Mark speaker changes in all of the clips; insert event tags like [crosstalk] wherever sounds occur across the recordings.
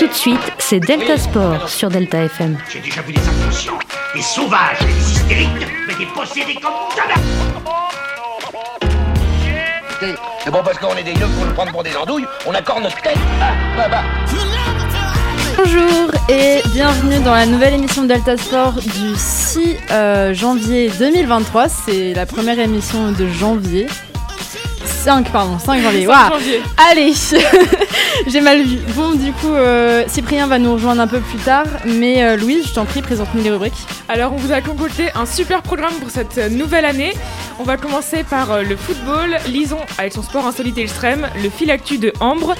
Speaker 1: de suite, c'est Delta Sport sur Delta FM.
Speaker 2: J'ai déjà vu des inconscients, des sauvages, et des hystériques, mais des possédés comme jamais
Speaker 3: Écoutez, C'est bon Eh ben, parce qu'on est des yeux pour nous prendre pour des andouilles, on accorde notre tête. Ah, bah, bah.
Speaker 4: Bonjour et bienvenue dans la nouvelle émission de Delta Sport du 6 euh, janvier 2023. C'est la première émission de janvier. 5, pardon, 5 janvier.
Speaker 5: Ah.
Speaker 4: Waouh. Allez, [laughs] j'ai mal vu. Bon, du coup, euh, Cyprien va nous rejoindre un peu plus tard, mais euh, Louise, je t'en prie, présente-nous les rubriques.
Speaker 5: Alors, on vous a concocté un super programme pour cette euh, nouvelle année. On va commencer par euh, le football, Lison avec son sport insolite et extrême, le fil actu de Ambre,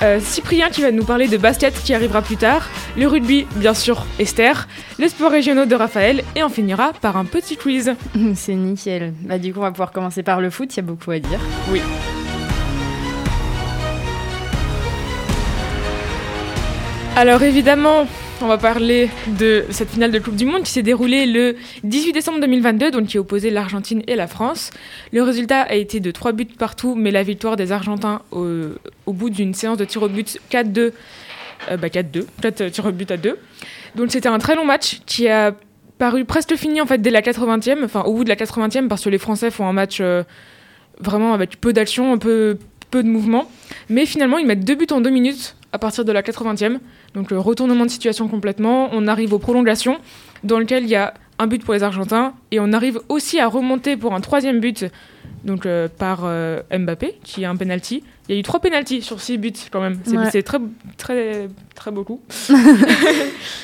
Speaker 5: euh, Cyprien qui va nous parler de basket qui arrivera plus tard, le rugby, bien sûr, Esther, les sports régionaux de Raphaël et on finira par un petit quiz.
Speaker 4: [laughs] C'est nickel. Bah, du coup, on va pouvoir commencer par le foot, il y a beaucoup à dire.
Speaker 5: Oui. Alors évidemment, on va parler de cette finale de Coupe du Monde qui s'est déroulée le 18 décembre 2022, donc qui opposait l'Argentine et la France. Le résultat a été de 3 buts partout, mais la victoire des Argentins au, au bout d'une séance de tirs au but 4-2, euh, bah 4-2, 4 tirs au but à 2. Donc c'était un très long match qui a paru presque fini en fait dès la 80e, enfin au bout de la 80e parce que les Français font un match euh, vraiment avec peu d'action, peu, peu de mouvement. Mais finalement, ils mettent deux buts en deux minutes à partir de la 80e. Donc le retournement de situation complètement. On arrive aux prolongations, dans lequel il y a un but pour les Argentins. Et on arrive aussi à remonter pour un troisième but, donc euh, par euh, Mbappé, qui a un penalty. Il y a eu trois penalties sur six buts quand même. C'est
Speaker 4: Ouais.
Speaker 5: c'est très, très, très beaucoup.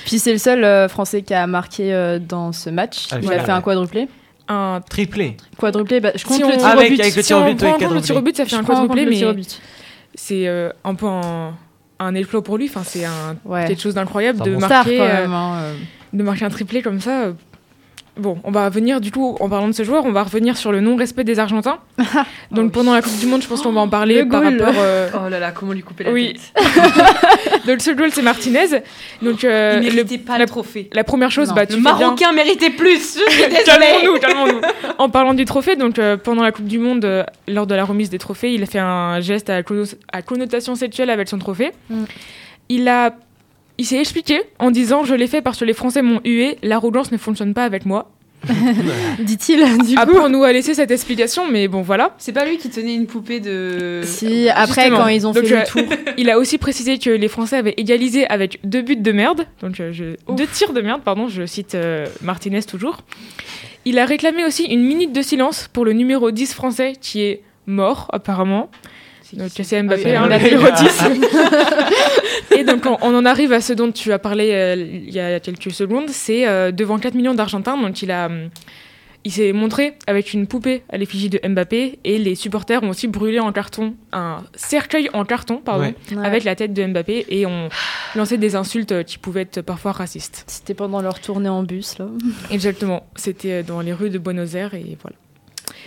Speaker 4: Puis c'est le seul euh, français qui a marqué euh, dans ce match.
Speaker 6: Ah,
Speaker 4: il
Speaker 5: voilà.
Speaker 4: a fait un quadruplé.
Speaker 5: Un
Speaker 6: Triplé.
Speaker 4: Quadruplé, bah, je compte
Speaker 5: Si
Speaker 4: le
Speaker 5: on-
Speaker 4: tir
Speaker 5: Ah,
Speaker 4: au
Speaker 6: Avec,
Speaker 4: but.
Speaker 6: avec le
Speaker 5: si
Speaker 6: tir
Speaker 5: on
Speaker 6: au but,
Speaker 5: prend en
Speaker 6: oui,
Speaker 5: compte le tir au but, ça fait
Speaker 4: Je
Speaker 5: un
Speaker 4: prends en compte
Speaker 5: quadruplé,
Speaker 4: le tir au
Speaker 5: mais
Speaker 4: but.
Speaker 5: c'est euh, un peu un, un éclos pour lui. Enfin, c'est un-
Speaker 4: Ouais.
Speaker 5: quelque chose d'incroyable
Speaker 6: C'est un
Speaker 5: de
Speaker 6: bon
Speaker 4: Star
Speaker 5: marquer.
Speaker 4: quand
Speaker 5: euh,
Speaker 4: même, hein, euh.
Speaker 5: de marquer un triplé comme ça. euh, Bon, on va revenir du coup, en parlant de ce joueur, on va revenir sur le non-respect des
Speaker 7: [laughs]
Speaker 5: Argentins. Donc
Speaker 7: Ah oui.
Speaker 5: pendant la Coupe du Monde, je pense qu'on va en parler
Speaker 4: Le
Speaker 5: par
Speaker 4: goal.
Speaker 5: rapport. euh,
Speaker 7: Oh là là, comment lui [laughs] couper la
Speaker 5: Oui.
Speaker 7: tête
Speaker 5: [laughs] Donc ce goal, c'est Martinez. Donc euh,
Speaker 7: Il
Speaker 5: le-
Speaker 7: méritait pas
Speaker 5: la-
Speaker 7: le trophée.
Speaker 5: la première chose,
Speaker 4: Non.
Speaker 5: bah, tu
Speaker 7: Le
Speaker 5: fais bien-
Speaker 7: Marocain méritait plus Je suis désolée
Speaker 5: [laughs] Calmons-nous,
Speaker 7: [laughs]
Speaker 5: calmons-nous. En parlant du trophée, donc euh, pendant la Coupe du Monde, euh, lors de la remise des trophées, il a fait un geste à, conno- à connotation sexuelle avec son trophée.
Speaker 4: Mm.
Speaker 5: Il a, il s'est expliqué en disant je l'ai fait parce que les Français m'ont hué, l'arrogance ne fonctionne pas avec moi.
Speaker 4: Dit-il, du
Speaker 5: Après,
Speaker 4: coup.
Speaker 5: on Ah, nous a laissé cette explication, mais bon voilà.
Speaker 7: C'est pas lui qui tenait une poupée
Speaker 4: bah,
Speaker 7: de...
Speaker 4: Si, après,
Speaker 5: Justement.
Speaker 4: quand ils ont
Speaker 5: Donc,
Speaker 4: fait
Speaker 5: euh,
Speaker 4: le [laughs] tour.
Speaker 5: [laughs] Il a aussi précisé que les Français avaient égalisé avec deux buts de merde, donc euh, je- deux tirs de merde, pardon, je cite euh, Martinez toujours. Il a réclamé aussi une minute de silence pour le numéro 10 français qui est mort apparemment. Donc c'est Mbappé,
Speaker 7: oui,
Speaker 5: hein, le
Speaker 7: Mbappé.
Speaker 5: numéro [laughs] 10. Et donc on, on en arrive à ce dont tu as parlé euh, il y a quelques secondes, c'est euh, devant 4 millions d'Argentins, donc il a... hum, il s'est montré avec une poupée à l'effigie de Mbappé et les supporters ont aussi brûlé en carton un cercueil en carton pardon
Speaker 6: Ouais.
Speaker 5: avec la tête de Mbappé et on lançait des insultes euh, qui pouvaient être parfois racistes.
Speaker 4: C'était pendant leur tournée en bus, là.
Speaker 5: Exactement, c'était euh, dans les rues de Buenos Aires et voilà.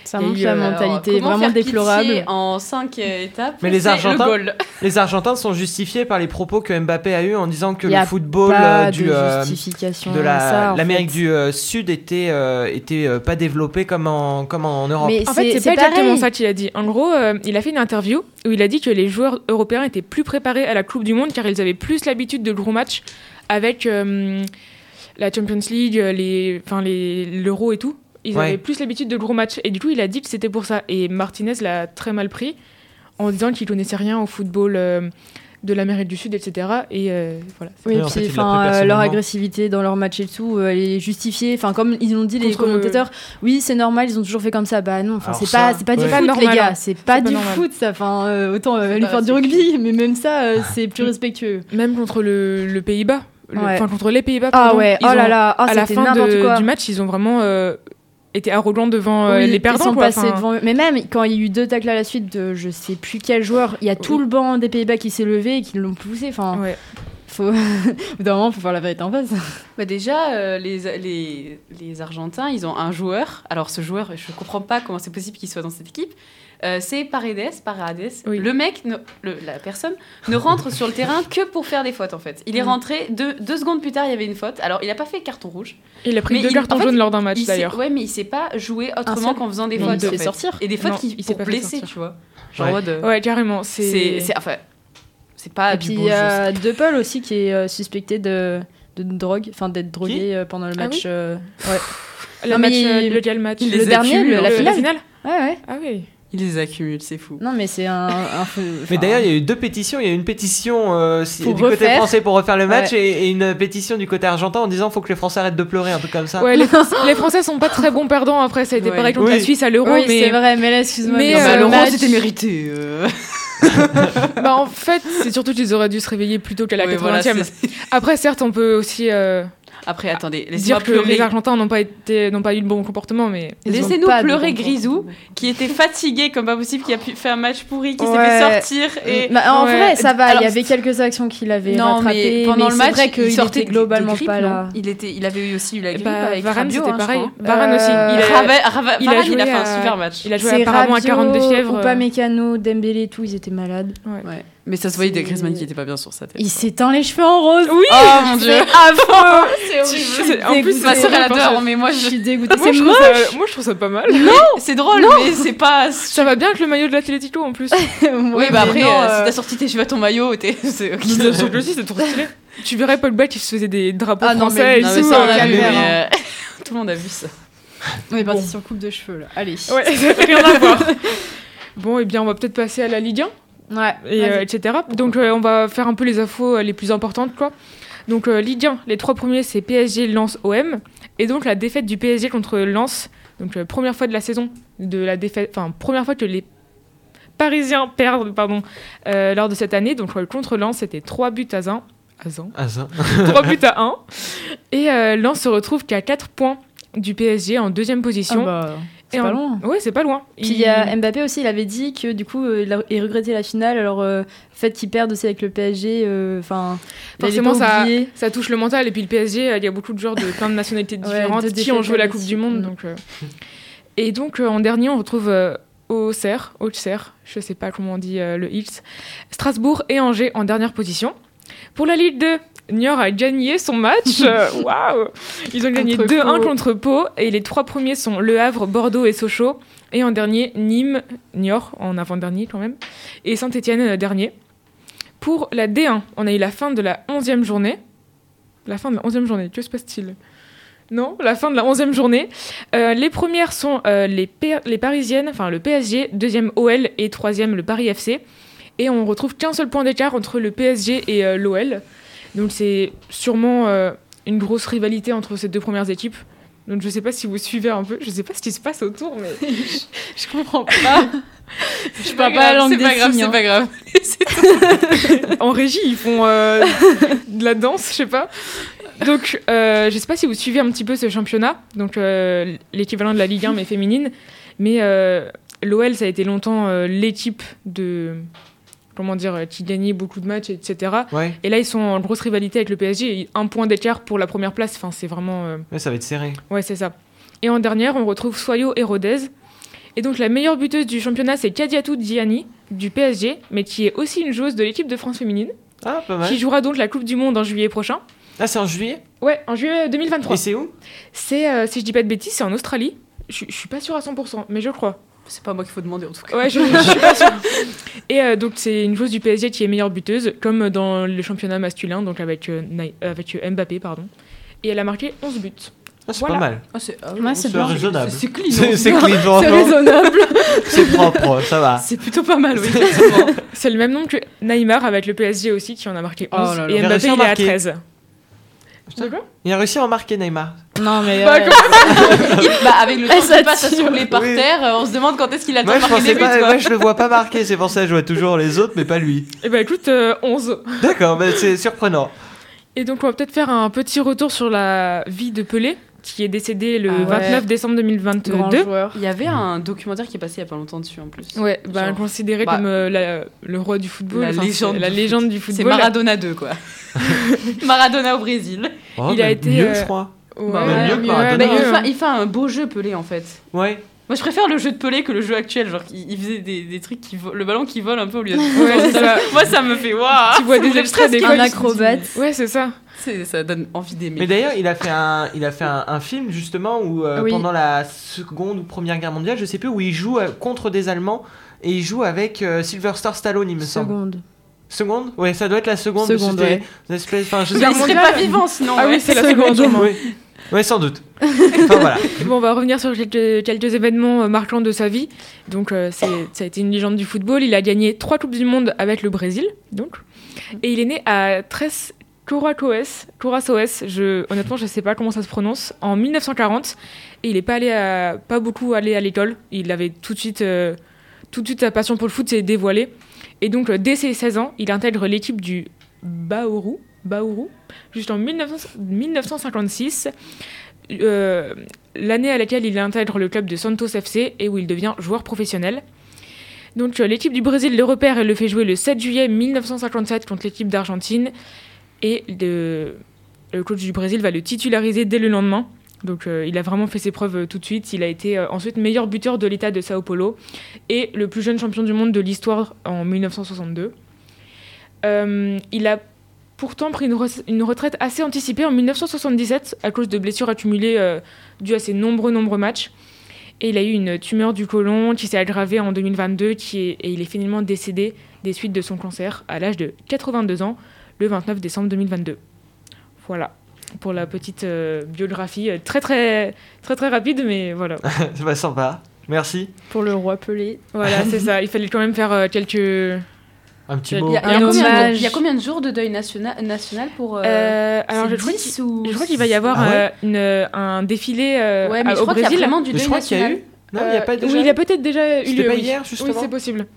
Speaker 4: Ça
Speaker 5: Il y a
Speaker 4: montre
Speaker 5: eu,
Speaker 4: la
Speaker 5: euh,
Speaker 4: mentalité
Speaker 7: Alors, comment
Speaker 4: vraiment
Speaker 7: faire pitié
Speaker 4: déplorable.
Speaker 7: en 5 étapes,
Speaker 6: Mais les
Speaker 7: c'est
Speaker 6: Argentins-
Speaker 7: le goal.
Speaker 6: Les Argentins sont justifiés par les propos que Mbappé a eu en disant que
Speaker 4: Y a
Speaker 6: le football
Speaker 4: Pas
Speaker 6: euh,
Speaker 4: de
Speaker 6: du, euh,
Speaker 4: justification.
Speaker 6: de
Speaker 4: ça,
Speaker 6: la-
Speaker 4: en
Speaker 6: l'Amérique
Speaker 4: fait.
Speaker 6: du euh, Sud était, euh, était euh, pas développé comme en, comme en Europe.
Speaker 4: Mais
Speaker 5: En fait,
Speaker 4: c'est
Speaker 5: c'est pas
Speaker 4: pareil.
Speaker 5: exactement ça qu'il a dit. En gros, euh, il a fait une interview où il a dit que les joueurs européens étaient plus préparés à la Coupe du Monde car ils avaient plus l'habitude de gros matchs avec euh, la Champions League, euh, les, enfin les, l'Euro et tout. Ils
Speaker 6: Ouais.
Speaker 5: avaient plus l'habitude de gros matchs et du coup, il a dit que c'était pour ça. Et Martinez l'a très mal pris en disant qu'il connaissait rien au football euh, de l'Amérique du Sud, etc. Et euh, voilà.
Speaker 4: Oui,
Speaker 6: Oui, en
Speaker 4: puis,
Speaker 6: fait, il l'a
Speaker 4: enfin,
Speaker 6: pris
Speaker 4: euh,
Speaker 6: personnellement.
Speaker 4: leur agressivité dans leur match et tout, euh, elle est justifiée. Enfin, comme ils l'ont dit les
Speaker 5: Contre-
Speaker 4: commentateurs, oui, c'est normal, ils ont toujours fait comme ça. Bah non, enfin,
Speaker 6: Alors
Speaker 4: c'est
Speaker 6: ça,
Speaker 4: pas, c'est pas du
Speaker 6: ouais.
Speaker 4: foot,
Speaker 5: Pas
Speaker 4: les
Speaker 5: normal,
Speaker 4: gars.
Speaker 5: hein.
Speaker 4: C'est pas
Speaker 5: pas
Speaker 4: du
Speaker 5: normal.
Speaker 4: foot, ça. Enfin, euh, autant euh, lui
Speaker 7: pas
Speaker 4: faire du rugby, mais même ça, euh, c'est plus respectueux.
Speaker 5: Même contre le, le Pays-Bas, le-
Speaker 4: Ouais.
Speaker 5: enfin contre les Pays-Bas.
Speaker 4: Ah
Speaker 5: pardon,
Speaker 4: ouais,
Speaker 5: ils
Speaker 4: oh là
Speaker 5: ont-
Speaker 4: là, ah,
Speaker 5: à la
Speaker 4: c'était
Speaker 5: fin
Speaker 4: n'importe
Speaker 5: de-
Speaker 4: quoi.
Speaker 5: du match, ils ont vraiment euh, été arrogants devant euh,
Speaker 4: Oui,
Speaker 5: les
Speaker 4: ils
Speaker 5: perdants.
Speaker 4: sont
Speaker 5: quoi.
Speaker 4: passés
Speaker 5: Enfin,
Speaker 4: devant eux. Mais même quand il y a eu deux tacles à la suite de je sais plus quel joueur, il y a tout le banc des Pays-Bas qui s'est levé et qui l'ont poussé. Enfin,
Speaker 5: ouais.
Speaker 4: faut... [laughs] au bout d'un moment, faut voir la vérité en face.
Speaker 7: Bah déjà, euh, les, les, les Argentins, ils ont un joueur. Alors, ce joueur, je comprends pas comment c'est possible qu'il soit dans cette équipe. Euh, c'est Paredes, Paredes.
Speaker 5: Oui.
Speaker 7: Le mec, ne- le- la personne, ne rentre sur le terrain que pour faire des fautes, en fait. Il est
Speaker 4: Mm.
Speaker 7: rentré, deux, deux secondes plus tard, il y avait une faute. Alors, il n'a pas fait carton rouge.
Speaker 5: Il a pris
Speaker 7: Mais
Speaker 5: deux
Speaker 7: il-
Speaker 5: cartons
Speaker 7: en fait,
Speaker 5: jaunes lors d'un match
Speaker 7: Il s'est-
Speaker 5: d'ailleurs.
Speaker 7: ouais, mais il s'est pas joué autrement
Speaker 4: seul.
Speaker 7: qu'en faisant des
Speaker 4: Mais il
Speaker 7: fautes.
Speaker 4: s'est
Speaker 7: en
Speaker 4: fait
Speaker 7: fait.
Speaker 4: sortir.
Speaker 7: Et des fautes
Speaker 5: Non,
Speaker 7: qui
Speaker 5: il s'est
Speaker 7: pour
Speaker 5: pas fait
Speaker 7: blesser,
Speaker 5: sortir.
Speaker 7: tu vois. Genre,
Speaker 6: Ouais.
Speaker 7: en mode, euh,
Speaker 5: Ouais, carrément.
Speaker 7: c'est,
Speaker 5: C'est
Speaker 7: c'est- enfin, c'est pas
Speaker 5: Ah,
Speaker 4: Et
Speaker 7: du
Speaker 4: puis euh,
Speaker 7: bon
Speaker 4: il y
Speaker 7: jeu.
Speaker 4: a Deppel aussi qui est euh, suspecté de, de drogue, enfin d'être drogué euh, pendant le
Speaker 5: Ah
Speaker 4: match.
Speaker 5: oui
Speaker 4: euh,
Speaker 5: [laughs]
Speaker 4: ouais.
Speaker 5: Le
Speaker 4: Non,
Speaker 5: match,
Speaker 4: mais
Speaker 5: euh,
Speaker 4: il-
Speaker 5: lequel match
Speaker 4: il Le les dernier, accumule, le-
Speaker 7: euh,
Speaker 4: en la fait. finale. ouais, ouais.
Speaker 5: Ah oui.
Speaker 7: Il les accumule, c'est fou.
Speaker 4: Non, mais c'est un. un feu-
Speaker 6: Mais
Speaker 4: enfin,
Speaker 6: d'ailleurs, il y a eu deux pétitions. Il y a eu une pétition euh, si-
Speaker 4: Pour
Speaker 6: du côté
Speaker 4: refaire.
Speaker 6: français pour refaire le match et, et une pétition du côté argentin en disant faut que les Français arrêtent de pleurer, un truc comme ça.
Speaker 5: Ouais, les, Français,
Speaker 4: [laughs]
Speaker 5: les Français sont pas très bons perdants après, ça a été
Speaker 7: Ouais.
Speaker 5: pareil contre
Speaker 6: Oui.
Speaker 5: la Suisse à l'euro,
Speaker 4: Ah. Oui, c'est
Speaker 5: mais
Speaker 4: vrai, mais là, excuse-moi.
Speaker 5: mais,
Speaker 4: dans
Speaker 5: euh,
Speaker 4: le
Speaker 5: Laurent,
Speaker 4: match-
Speaker 5: c'était
Speaker 7: mérité. euh.
Speaker 5: bah, en fait, c'est surtout qu'ils auraient dû se réveiller plus tôt qu'à la
Speaker 7: Ouais,
Speaker 5: 80e.
Speaker 7: voilà, c'est-
Speaker 5: Après, certes, on peut aussi euh,
Speaker 7: Après,
Speaker 4: Ah,
Speaker 7: attendez, laissez-moi
Speaker 5: dire que les
Speaker 7: pleurer.
Speaker 5: Argentins n'ont pas, été- n'ont pas eu de bon comportement, mais.
Speaker 4: Ils ont
Speaker 7: Laissez-nous
Speaker 4: pas de
Speaker 7: pleurer
Speaker 4: bon
Speaker 7: Grisou,
Speaker 4: comportement.
Speaker 7: qui était fatigué comme pas possible, qui a pu faire un match pourri, qui
Speaker 4: Ouais.
Speaker 7: s'est fait sortir. Et...
Speaker 4: Bah, en
Speaker 5: Ouais.
Speaker 4: vrai, ça va.
Speaker 7: Alors,
Speaker 4: il y avait quelques actions qu'il avait
Speaker 7: Non,
Speaker 4: rattrapées.
Speaker 7: mais pendant
Speaker 4: mais
Speaker 7: le
Speaker 4: c'est
Speaker 7: match,
Speaker 4: vrai qu'il
Speaker 7: il sortait
Speaker 4: était globalement
Speaker 7: de grippe,
Speaker 4: pas
Speaker 7: non
Speaker 4: là.
Speaker 7: Il, était, il avait eu aussi eu la grippe
Speaker 5: Bah,
Speaker 7: avec
Speaker 5: Varane,
Speaker 7: Rabiot,
Speaker 5: c'était
Speaker 7: hein, je
Speaker 5: pareil.
Speaker 7: crois.
Speaker 5: Varane aussi.
Speaker 4: Euh,
Speaker 5: Il a,
Speaker 7: Rava- Rava-
Speaker 5: il a
Speaker 7: Varane, il a
Speaker 5: joué
Speaker 7: fait un
Speaker 5: à-
Speaker 7: super match.
Speaker 5: il a joué
Speaker 4: C'est
Speaker 5: apparemment à 42
Speaker 4: Rabiot,
Speaker 5: fièvres. euh,
Speaker 4: Upamecano, Dembélé et tout, ils étaient malades.
Speaker 7: Ouais. Mais ça se voyait des
Speaker 4: C'est-
Speaker 7: Griezmann qui était pas bien sur sa tête.
Speaker 4: Il s'éteint les cheveux en rose.
Speaker 5: [laughs] [laughs] Oui
Speaker 7: Oh mon dieu!
Speaker 5: Ah, [laughs]
Speaker 4: affreux.
Speaker 7: C'est
Speaker 5: horrible.
Speaker 7: [laughs] En plus, ma soeur elle
Speaker 5: Dégoûtée.
Speaker 7: adore, mais moi
Speaker 4: Je
Speaker 7: je.
Speaker 4: suis dégoûtée.
Speaker 5: Moi,
Speaker 4: C'est
Speaker 5: je
Speaker 4: moche.
Speaker 5: trouve ça- [laughs] moi, je trouve ça pas mal.
Speaker 7: C'est drôle, mais c'est pas.
Speaker 5: Ça va bien avec le maillot de l'Atletico en plus. [laughs]
Speaker 7: Oui, bah après,
Speaker 4: mais non,
Speaker 7: euh,
Speaker 4: euh,
Speaker 7: si t'as sorti tes cheveux à ton maillot, t'es. [laughs] c'est ok.
Speaker 5: Bien sûr que si, c'est trop stylé. Tu verrais Paul Bach qui se faisait des drapeaux
Speaker 4: Ah non,
Speaker 5: français et
Speaker 4: mais-
Speaker 7: Non,
Speaker 5: tout.
Speaker 7: mais ça, on
Speaker 5: euh,
Speaker 7: a vu,
Speaker 4: calvaire,
Speaker 7: mais, euh, [laughs] Tout le monde a vu ça.
Speaker 4: On est parti sur coupe de cheveux là. Allez.
Speaker 5: Ouais, [laughs] ça fait rien à voir. Bon, et bien, on va peut-être passer à la Ligue 1,
Speaker 4: Ouais.
Speaker 5: et, euh, etc. Donc, euh, on va faire un peu les infos euh, les plus importantes, quoi. Donc, euh, Ligue 1, les trois premiers, c'est PSG, Lens, OM. Et donc, la défaite du PSG contre Lens. Donc, euh, première fois de la saison, de la défaite. Enfin, première fois que les Parisiens perdent, pardon, euh, lors de cette année. Donc, euh, contre Lens, c'était 3 buts à 1. À 1
Speaker 4: [laughs]
Speaker 6: Ah, ça.
Speaker 5: 3 buts à 1. Et euh, Lens se retrouve qu'à 4 points du PSG en deuxième position.
Speaker 4: Ah bah, c'est
Speaker 5: Et
Speaker 4: pas
Speaker 5: en-
Speaker 4: loin.
Speaker 5: Oui, c'est pas loin.
Speaker 4: Puis il y a Mbappé aussi, il avait dit que du coup, euh, il, a- il regrettait la finale. Alors, euh, le fait qu'il perde aussi avec le PSG, euh, enfin, il avait
Speaker 5: Forcément,
Speaker 4: pas
Speaker 5: ça,
Speaker 4: oublié.
Speaker 5: ça touche le mental. Et puis le PSG, euh, il y a beaucoup de joueurs de plein de nationalités
Speaker 4: Ouais,
Speaker 5: différentes
Speaker 4: de
Speaker 5: qui ont joué la
Speaker 4: défaites
Speaker 5: Coupe
Speaker 4: aussi.
Speaker 5: du Monde.
Speaker 4: Mm.
Speaker 5: Donc, euh. Et donc, euh, en dernier, on retrouve euh, Auxerre, Auxerre, je sais pas comment on dit euh, le X, Strasbourg et Angers en dernière position. Pour la Ligue 2, Niort a gagné son
Speaker 4: [laughs]
Speaker 5: match. Euh, Waouh Ils ont gagné
Speaker 4: Contre
Speaker 5: 2-1
Speaker 4: Pau.
Speaker 5: contre Pau. Et les trois premiers sont Le Havre, Bordeaux et Sochaux. Et en dernier, Nîmes, Niort, en avant-dernier quand même. Et Saint-Etienne, dernier. Pour la D1, on a eu la fin de la 11e journée. La fin de la 11e journée, que se passe-t-il Non, la fin de la 11e journée. Euh, les premières sont euh, les, Pa- les Parisiennes, enfin le PSG, deuxième OL et troisième le Paris FC. Et on retrouve qu'un seul point d'écart entre le PSG et l'OL. Donc c'est sûrement euh, une grosse rivalité entre ces deux premières équipes. Donc je sais pas si vous suivez un peu, je sais pas ce qui se passe autour, mais
Speaker 7: Je comprends [laughs] pas. Je parle pas
Speaker 4: grave,
Speaker 7: la langue
Speaker 4: c'est
Speaker 7: des
Speaker 4: pas grave,
Speaker 7: signes. hein.
Speaker 4: c'est
Speaker 7: pas grave.
Speaker 5: en régie, ils font euh, de la danse, je sais pas. Donc, euh, je sais pas si vous suivez un petit peu ce championnat, donc euh, l'équivalent de la Ligue 1 mais féminine. Mais euh, l'OL, ça a été longtemps euh, l'équipe de. Comment dire euh, Qui gagnait beaucoup de matchs, etc.
Speaker 6: Ouais.
Speaker 5: Et là, ils sont en grosse rivalité avec le PSG. et Un point d'écart pour la première place. Enfin, c'est vraiment. euh,
Speaker 6: Ouais, ça va être serré.
Speaker 5: Ouais, c'est ça. Et en dernière, on retrouve Soyo et Rodez. Et donc la meilleure buteuse du championnat, c'est Kadiatou Diani du PSG, mais qui est aussi une joueuse de l'équipe de France féminine,
Speaker 6: Ah, pas mal.
Speaker 5: qui jouera donc la Coupe du Monde en juillet prochain.
Speaker 6: Ah, c'est en juillet
Speaker 5: Ouais, en juillet euh,
Speaker 6: Et
Speaker 5: 2023.
Speaker 6: c'est où
Speaker 5: C'est, euh, si je dis pas de bêtises, c'est en Australie. Je je suis pas sûre à 100%, mais je crois.
Speaker 7: C'est pas moi qu'il faut demander en tout cas.
Speaker 5: Ouais, [laughs] je, je suis pas sûre. Et euh, donc c'est une joueuse du PSG qui est meilleure buteuse, comme dans le championnat masculin, donc avec, euh, Nai- euh, avec euh, Mbappé, pardon. Et elle a marqué 11 buts.
Speaker 6: Ah, C'est
Speaker 5: Voilà.
Speaker 6: pas mal.
Speaker 7: Ah, c'est ah,
Speaker 4: Ouais, c'est
Speaker 6: C'est
Speaker 4: bien.
Speaker 6: raisonnable.
Speaker 7: c'est-
Speaker 6: [laughs]
Speaker 7: c'est
Speaker 6: C'est
Speaker 4: [laughs]
Speaker 7: clean.
Speaker 6: c'est clean,
Speaker 4: C'est
Speaker 6: franchement.
Speaker 4: raisonnable.
Speaker 6: C'est propre, ça va.
Speaker 7: C'est plutôt pas mal, oui.
Speaker 6: [laughs]
Speaker 7: effectivement.
Speaker 5: C'est le même nombre que Neymar avec le PSG aussi qui en a marqué
Speaker 7: Oh
Speaker 5: 11
Speaker 7: là là.
Speaker 5: et
Speaker 6: Il a
Speaker 5: Mbappé
Speaker 6: réussi à
Speaker 5: il est à
Speaker 6: marquer.
Speaker 5: 13.
Speaker 6: Putain.
Speaker 5: De quoi
Speaker 6: Il a réussi à en marquer, Neymar.
Speaker 4: Non, mais.
Speaker 5: Bah,
Speaker 4: euh,
Speaker 7: Il- [laughs] bah, avec le temps
Speaker 4: Eh,
Speaker 7: qui
Speaker 4: ça
Speaker 7: passe à
Speaker 4: tire.
Speaker 7: s'écrouler par
Speaker 6: Oui.
Speaker 7: terre, euh, on se demande quand est-ce qu'il a le temps
Speaker 6: Moi,
Speaker 7: de
Speaker 6: je
Speaker 7: marquer des
Speaker 6: pensais pas.
Speaker 7: buts, quoi.
Speaker 6: Moi, je le vois pas marquer. C'est pour ça que je vois toujours les autres, mais pas lui.
Speaker 5: Et bah écoute, euh, 11.
Speaker 6: D'accord, bah, c'est surprenant.
Speaker 5: Et donc on va peut-être faire un petit retour sur la vie de Pelé qui est décédé le
Speaker 4: Ah ouais.
Speaker 5: 29 décembre 2022.
Speaker 4: grand joueur.
Speaker 7: Il y avait un documentaire qui est passé il y a pas longtemps dessus en plus.
Speaker 5: Ouais, bah,
Speaker 7: Genre.
Speaker 5: considéré
Speaker 7: Bah,
Speaker 5: comme euh, la- le roi du football,
Speaker 7: la
Speaker 5: enfin,
Speaker 7: légende
Speaker 5: c'est la
Speaker 7: du
Speaker 5: légende du
Speaker 7: C'est
Speaker 5: football.
Speaker 7: Maradona 2, quoi. [laughs] Maradona au Brésil.
Speaker 6: Oh,
Speaker 5: Il a
Speaker 6: mais
Speaker 5: été,
Speaker 6: mieux,
Speaker 5: euh,
Speaker 6: je crois.
Speaker 5: Ouais,
Speaker 7: Bah, même
Speaker 6: mieux que Maradona.
Speaker 5: ouais,
Speaker 7: Bah, il,
Speaker 5: mieux, hein.
Speaker 7: fait, il fait un beau jeu Pelé en fait.
Speaker 6: Ouais.
Speaker 7: Moi je préfère le jeu de Pelé que le jeu actuel. Genre il il faisait des, des trucs qui vo- le ballon qui vole un peu au lieu de.
Speaker 5: Ouais, c'est ça.
Speaker 7: [laughs] Moi ça me fait waouh. [laughs]
Speaker 5: Tu vois
Speaker 7: ça me
Speaker 5: des
Speaker 7: fait
Speaker 5: extraits
Speaker 7: presque
Speaker 5: des
Speaker 4: Un
Speaker 5: Ouais,
Speaker 4: acrobate.
Speaker 5: Ouais, c'est ça.
Speaker 7: C'est- Ça donne envie d'aimer.
Speaker 6: Mais d'ailleurs, il a fait un, il a fait un, un film justement où euh,
Speaker 4: Oui.
Speaker 6: pendant la seconde ou première guerre mondiale, je sais plus, où il joue euh, contre des Allemands et il joue avec euh, Sylvester Stallone, il me semble.
Speaker 4: Seconde.
Speaker 6: Seconde Ouais, ça doit être la seconde. parce que
Speaker 4: Seconde,
Speaker 6: c'était
Speaker 4: ouais.
Speaker 6: une espèce- enfin, je sais
Speaker 7: Il
Speaker 5: Guerre
Speaker 6: pas.
Speaker 7: ne serait
Speaker 5: mondiale.
Speaker 7: pas vivant sinon.
Speaker 5: Ah
Speaker 7: ouais.
Speaker 5: oui, c'est
Speaker 7: [laughs]
Speaker 5: la
Speaker 4: Seconde.
Speaker 5: seconde. au moins.
Speaker 6: Oui, Ouais, sans doute. Enfin voilà. [laughs]
Speaker 5: [laughs] Bon, on va revenir sur quelques, quelques événements euh, marquants de sa vie. Donc, euh, c'est, ça a été une légende du football. Il a gagné trois Coupes du Monde avec le Brésil, donc. Et il est né à 13 Curaçoes, Curaçoes, je, honnêtement, je ne sais pas comment ça se prononce, en 1940. Et il n'est pas, allé à- pas beaucoup allé à l'école. Il avait tout de suite, euh, tout de suite sa passion pour le foot s'est dévoilée. Et donc, euh, dès ses 16 ans, il intègre l'équipe du Bauru, Bauru juste en 1900 1956. Euh, l'année à laquelle il intègre le club de Santos FC et où il devient joueur professionnel. Donc euh, l'équipe du Brésil le repère et le fait jouer le 7 juillet 1957 contre l'équipe d'Argentine et le- le coach du Brésil va le titulariser dès le lendemain. Donc euh, il a vraiment fait ses preuves euh, tout de suite. Il a été euh, ensuite meilleur buteur de l'État de Sao Paulo et le plus jeune champion du monde de l'histoire en 1962. Euh, il a pourtant pris une, re- une retraite assez anticipée en 1977 à cause de blessures accumulées euh, dû à ses nombreux, nombreux matchs. Et il a eu une tumeur du côlon qui s'est aggravée en 2022 qui est- et il est finalement décédé des suites de son cancer à l'âge de 82 ans le 29 décembre 2022. Voilà pour la petite euh, biographie euh, très très très très rapide mais
Speaker 6: [laughs]
Speaker 5: voilà
Speaker 6: C'est pas sympa. Merci.
Speaker 4: Pour le roi Pelé.
Speaker 5: voilà c'est ça il fallait quand même faire euh, quelques
Speaker 6: Un petit
Speaker 5: Il
Speaker 6: mot.
Speaker 7: Il y, a, il y a
Speaker 5: Un
Speaker 7: combien de,
Speaker 4: hommage.
Speaker 7: il y a combien de jours de deuil national, national pour. euh,
Speaker 5: Euh, alors je
Speaker 7: c'est
Speaker 5: crois
Speaker 7: 10
Speaker 5: qu'il
Speaker 7: ou...
Speaker 5: je crois qu'il va y avoir
Speaker 6: Ah ouais
Speaker 5: euh, une, euh, un défilé euh,
Speaker 7: Ouais, mais
Speaker 5: à-
Speaker 7: je
Speaker 5: au
Speaker 7: crois qu'il y a
Speaker 5: Brésil
Speaker 7: vraiment du
Speaker 6: Mais
Speaker 7: deuil
Speaker 6: je crois qu'il y a
Speaker 7: national.
Speaker 6: eu. Non, il y a
Speaker 5: Euh,
Speaker 6: pas déjà.
Speaker 5: oui il a peut-être déjà eu
Speaker 6: C'était
Speaker 5: lieu,
Speaker 6: pas
Speaker 5: oui.
Speaker 6: hier,
Speaker 5: oui
Speaker 6: justement
Speaker 5: c'est possible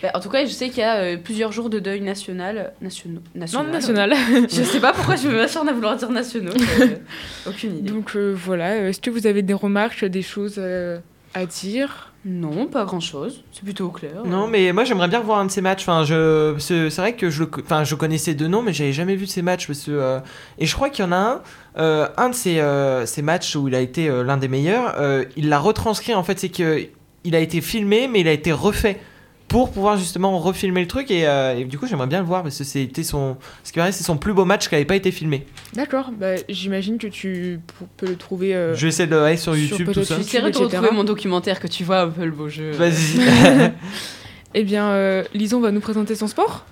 Speaker 7: Bah, en tout cas, je sais qu'il y a euh, plusieurs jours de deuil national. Nationaux.
Speaker 5: non
Speaker 7: National.
Speaker 5: national
Speaker 7: [laughs] Je sais pas pourquoi je me m'acharne à vouloir dire nationaux. euh, aucune idée.
Speaker 5: Donc euh, voilà, euh, est-ce que vous avez des remarques, des choses euh, à dire
Speaker 7: Non, pas grand chose. C'est plutôt au clair.
Speaker 6: Non, mais moi j'aimerais bien voir un de ces matchs. Enfin, je, c'est c'est vrai que je, le, co- enfin, je connaissais deux noms, mais j'avais jamais vu de ces matchs. Parce que, euh, et je crois qu'il y en a un, euh, un de ces, euh, ces matchs où il a été euh, l'un des meilleurs. euh, il l'a retranscrit en fait, c'est que il a été filmé, mais il a été refait pour pouvoir justement refilmer le truc. Et, euh, et du coup, j'aimerais bien le voir parce que c'était son, ce qui paraît, c'est son plus beau match qui n'avait pas été filmé.
Speaker 5: D'accord, bah, j'imagine que tu p- peux le trouver. euh,
Speaker 6: je vais essayer de le aller sur
Speaker 5: sur
Speaker 6: YouTube tout
Speaker 5: Peut-être
Speaker 6: ça.
Speaker 7: Je suis sérieux Euh, de
Speaker 5: YouTube,
Speaker 7: retrouver
Speaker 5: etc.
Speaker 7: mon documentaire que tu vois un peu le beau jeu.
Speaker 6: Vas-y. [laughs]
Speaker 5: Eh bien, euh, Lison va nous présenter son sport.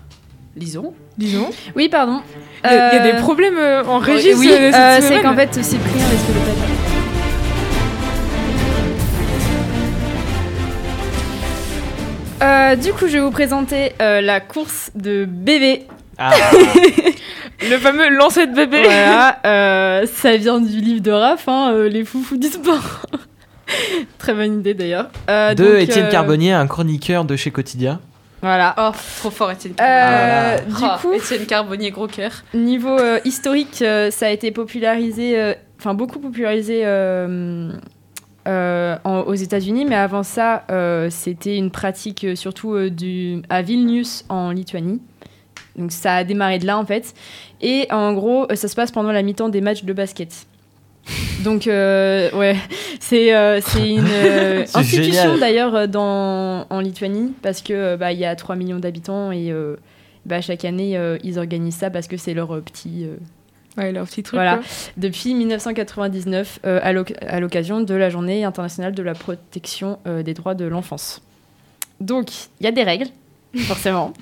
Speaker 7: Lisons.
Speaker 5: Lison
Speaker 4: Oui, pardon.
Speaker 5: Il y, a- il y a des
Speaker 4: Euh,
Speaker 5: problèmes euh, en régie.
Speaker 4: Oui,
Speaker 5: ce- cette
Speaker 4: euh, c'est
Speaker 5: semaine.
Speaker 4: qu'en fait, Cyprien risque de pas être- Euh, du coup, je vais vous présenter euh, la course de bébé.
Speaker 7: [laughs]
Speaker 6: Ah,
Speaker 5: Le fameux lancer de bébé.
Speaker 4: Voilà, euh, ça vient du livre de Raph, hein, euh, les foufous du sport. [laughs] Très bonne idée d'ailleurs. Euh,
Speaker 6: de
Speaker 4: donc,
Speaker 6: Étienne
Speaker 4: euh,
Speaker 6: Carbonnier, un chroniqueur de chez Quotidien.
Speaker 4: Voilà.
Speaker 7: Oh, trop fort, Étienne
Speaker 6: Ah
Speaker 4: Euh,
Speaker 7: Carbonnier.
Speaker 4: Du
Speaker 6: voilà.
Speaker 7: Oh,
Speaker 4: coup,
Speaker 7: Étienne Carbonnier,
Speaker 5: [laughs]
Speaker 7: gros cœur.
Speaker 4: Niveau euh, historique, euh, ça a été popularisé, euh, enfin beaucoup popularisé euh, euh, en- aux États-Unis, mais avant ça, euh, c'était une pratique euh, surtout euh, du, à Vilnius en Lituanie. Donc ça a démarré de là en fait. Et en gros, euh, ça se passe pendant la mi-temps des matchs de basket. Donc euh, ouais, c'est euh, c'est
Speaker 6: [laughs]
Speaker 4: une euh,
Speaker 6: C'est
Speaker 4: institution
Speaker 6: génial.
Speaker 4: d'ailleurs euh, dans- en Lituanie parce que euh, bah, il y a 3 millions d'habitants et euh, bah, chaque année, euh, ils organisent ça parce que c'est leur euh, petit. euh,
Speaker 5: Ouais, leur petit truc.
Speaker 4: Voilà.
Speaker 5: quoi.
Speaker 4: depuis 1999, euh, à l'oc- à l'occasion de la Journée internationale de la protection euh, des droits de l'enfance. Donc, il y a des
Speaker 7: [laughs]
Speaker 4: règles, forcément.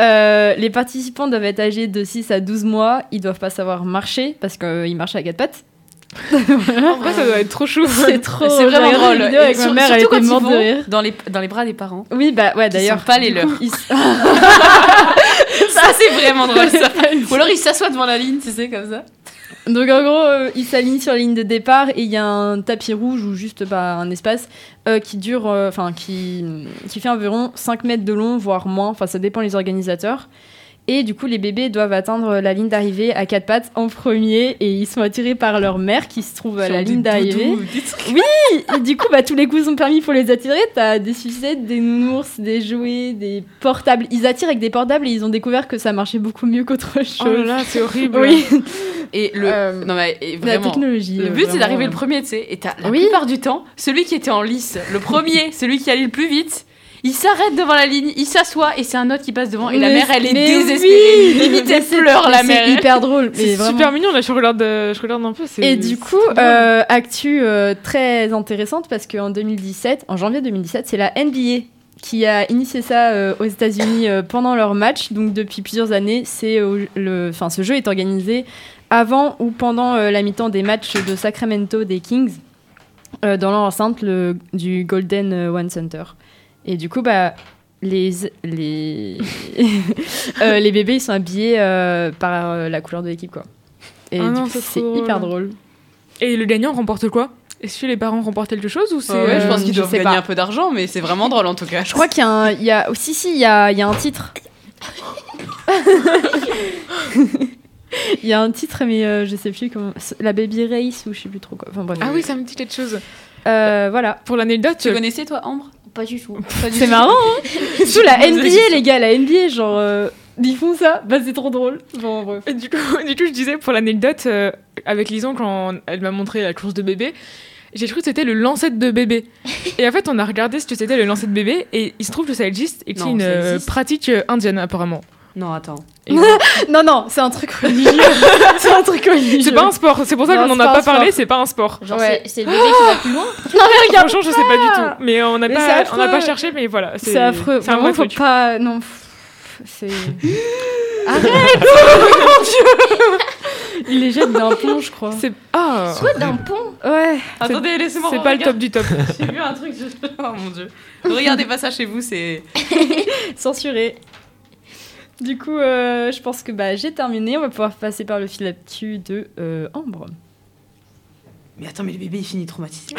Speaker 4: Euh, les participants doivent être âgés de 6 à 12 mois. Ils doivent pas savoir marcher parce qu'ils marchent à quatre pattes.
Speaker 5: En vrai, ça doit être trop
Speaker 4: [laughs]
Speaker 5: chou.
Speaker 4: C'est trop.
Speaker 7: C'est vraiment
Speaker 4: j'avais regardé
Speaker 7: drôle.
Speaker 4: une vidéo avec
Speaker 7: Et
Speaker 4: ma
Speaker 7: sur-
Speaker 4: mère, elle
Speaker 7: surtout
Speaker 4: était
Speaker 7: quand
Speaker 4: morte
Speaker 7: ils
Speaker 4: de
Speaker 7: vont
Speaker 4: rire.
Speaker 7: Dans les, dans les bras des parents.
Speaker 4: Oui, bah ouais,
Speaker 7: Qui
Speaker 4: d'ailleurs.
Speaker 7: sont pas les
Speaker 4: du coup,
Speaker 7: leurs. [laughs]
Speaker 4: ils-
Speaker 7: Ça, c'est vraiment drôle, ça. Ou alors, il s'assoit devant la ligne, tu sais, comme ça.
Speaker 4: Donc en gros, euh, ils s'alignent sur la ligne de départ et il y a un tapis rouge ou juste bah, un espace euh, qui dure, euh, enfin qui, qui fait environ 5 mètres de long, voire moins, enfin ça dépend les organisateurs. Et du coup, les bébés doivent atteindre la ligne d'arrivée à quatre pattes en premier et ils sont attirés par leur mère qui se trouve à la ligne d'arrivée. Et du coup, bah, tous les coups sont permis pour les attirer. T'as des sucettes, des nounours, des jouets, des portables. Ils attirent avec des portables et ils ont découvert que ça marchait beaucoup mieux qu'autre
Speaker 5: Oh là
Speaker 4: chose.
Speaker 5: là, c'est horrible.
Speaker 4: oui,
Speaker 7: Et le.
Speaker 4: Euh,
Speaker 7: non, mais et
Speaker 4: la
Speaker 7: vraiment.
Speaker 4: technologie. euh,
Speaker 7: Le but, c'est
Speaker 4: vraiment,
Speaker 7: d'arriver
Speaker 4: euh,
Speaker 7: le premier, tu sais. Et t'as la
Speaker 4: Oui.
Speaker 7: plupart du temps, celui qui était en lice, le premier, [laughs] celui qui allait le plus vite, il s'arrête devant la ligne, il s'assoit et c'est un autre qui passe devant. Et la
Speaker 4: Mais-
Speaker 7: mère, elle est
Speaker 4: mais
Speaker 7: désespérée.
Speaker 4: oui
Speaker 7: Limite,
Speaker 4: Mais
Speaker 7: elle
Speaker 4: c'est-
Speaker 7: pleure,
Speaker 4: mais
Speaker 7: la mère.
Speaker 4: C'est hyper drôle. mais
Speaker 5: C'est
Speaker 4: vraiment.
Speaker 5: super mignon, là je regarde, euh, je regarde un peu. c'est-
Speaker 4: Et du coup, euh, actu euh, très intéressante parce qu'en 2017, en janvier 2017, c'est la NBA qui a initié ça euh, aux États-Unis euh, pendant leur match. Donc depuis plusieurs années, c'est au- le, enfin ce jeu est organisé avant ou pendant euh, la mi-temps des matchs de Sacramento des Kings euh, dans l'enceinte le- du Golden euh, One Center. Et du coup, bah les les [laughs] euh, les bébés ils sont habillés euh, par euh, la couleur de l'équipe quoi. Et
Speaker 5: Ah
Speaker 4: du
Speaker 5: non,
Speaker 4: coup,
Speaker 5: c'est
Speaker 4: c'est
Speaker 5: trop
Speaker 4: hyper
Speaker 5: drôle.
Speaker 4: drôle.
Speaker 5: Et le gagnant remporte quoi Est-ce que les parents remportent quelque chose ou c'est
Speaker 7: Ouais,
Speaker 5: euh,
Speaker 7: je pense qu'ils
Speaker 4: je
Speaker 7: doivent
Speaker 4: sais
Speaker 7: gagner
Speaker 4: pas.
Speaker 7: un peu d'argent, mais c'est vraiment drôle en tout cas.
Speaker 4: Je crois qu'il y a un. il Y a... oh, si, si, il y a, il y a un titre. [laughs] Il y a un titre, mais euh, je sais plus comment. La Baby Race ou je sais plus trop quoi. Enfin, bref.
Speaker 5: Ah oui, ça me dit quelque chose.
Speaker 4: Euh, voilà.
Speaker 5: Pour l'anecdote,
Speaker 7: Tu connaissais toi, Ambre
Speaker 8: Pas du tout.
Speaker 4: C'est marrant, hein Surtout la NBA, les gars, la NBA, genre. euh, Ils font ça, bah c'est trop drôle. Bon, bref.
Speaker 5: Et du coup, [laughs] du coup, je disais pour l'anecdote, euh, avec Lison, quand elle m'a montré la course de bébé, j'ai cru que c'était le lancer
Speaker 4: [laughs]
Speaker 5: de bébé. Et en fait, on a regardé ce que c'était le lancer de bébé, et il se trouve que ça existe, et que c'est
Speaker 7: Non,
Speaker 5: une
Speaker 7: ça
Speaker 5: euh,
Speaker 7: existe.
Speaker 5: pratique euh, indienne apparemment.
Speaker 7: Non, attends.
Speaker 4: [laughs] Non, non, c'est un truc religieux. c'est un truc religieux.
Speaker 5: C'est pas un sport, c'est pour ça
Speaker 4: Non,
Speaker 5: qu'on
Speaker 4: c'est
Speaker 5: en a
Speaker 4: pas
Speaker 5: pas
Speaker 4: un sport.
Speaker 5: parlé, c'est pas
Speaker 4: [laughs]
Speaker 5: un sport.
Speaker 8: Genre,
Speaker 4: Ouais.
Speaker 8: c'est- c'est le bébé qui va plus loin.
Speaker 5: Franchement, je sais pas du tout. Mais on n'a
Speaker 4: Mais
Speaker 5: pas,
Speaker 4: c'est
Speaker 5: on n'a pas
Speaker 4: affreux.
Speaker 5: cherché, mais voilà.
Speaker 4: C'est affreux.
Speaker 5: C'est un
Speaker 4: Vraiment,
Speaker 5: vrai
Speaker 4: faut
Speaker 5: truc.
Speaker 4: pas. Non. pff, C'est. Arrête Mon Dieu Il les jette d'un pont, je crois.
Speaker 5: C'est ah,
Speaker 8: Soit d'un pont.
Speaker 4: Ouais.
Speaker 7: Attendez, laissez-moi.
Speaker 5: c'est pas le top du top.
Speaker 7: [laughs] J'ai vu un truc. je- [laughs] Oh mon dieu. Ne regardez pas ça chez vous, c'est.
Speaker 4: Censuré. Du coup, euh, je pense que bah, j'ai terminé. On va pouvoir passer par le fil actu de euh, Ambre.
Speaker 7: Mais attends, mais le bébé il finit traumatisé.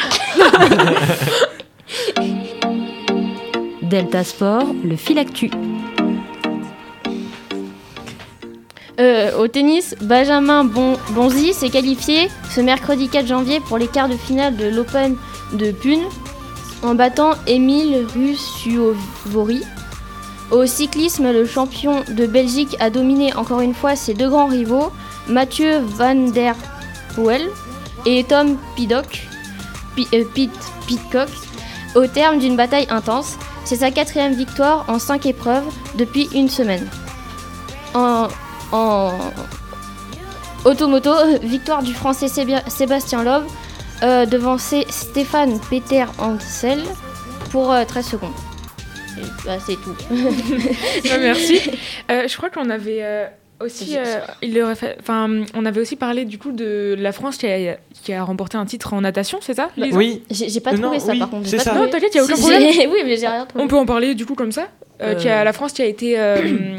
Speaker 1: Delta Sport, le fil actu.
Speaker 8: Euh, au tennis, Benjamin Bon- Bonzi s'est qualifié ce mercredi 4 janvier pour les quarts de finale de l'Open de Pune en battant Émile Rusuovori. Au cyclisme, le champion de Belgique a dominé encore une fois ses deux grands rivaux, Mathieu van der Poel et Tom Pidcock, Pi- euh, Pit- Pitcock, au terme d'une bataille intense. C'est sa quatrième victoire en cinq épreuves depuis une semaine. En, en automoto, [laughs] victoire du français Sébi- Sébastien Loeb euh, devant Sé- Stéphane Peter Hansel pour euh, 13 secondes. Et, bah, c'est
Speaker 6: [laughs]
Speaker 8: tout.
Speaker 5: Ouais, merci. Euh, je crois qu'on avait euh, aussi, euh, il aurait fait- enfin, on avait aussi parlé du coup de la France qui a, qui a remporté un titre en natation, c'est ça Lisa
Speaker 6: Oui,
Speaker 8: J'ai j'ai pas
Speaker 6: Euh, Non,
Speaker 8: trouvé ça
Speaker 6: oui,
Speaker 8: par contre. j'ai
Speaker 6: c'est
Speaker 8: pas
Speaker 6: ça.
Speaker 8: trouvé.
Speaker 5: Non, t'inquiète, y a aucun
Speaker 8: Si, [laughs]
Speaker 5: problème.
Speaker 8: j'ai- Oui, mais j'ai rien trouvé.
Speaker 5: On peut en parler du coup comme ça. Euh, qui a- la France qui a été, euh, [coughs]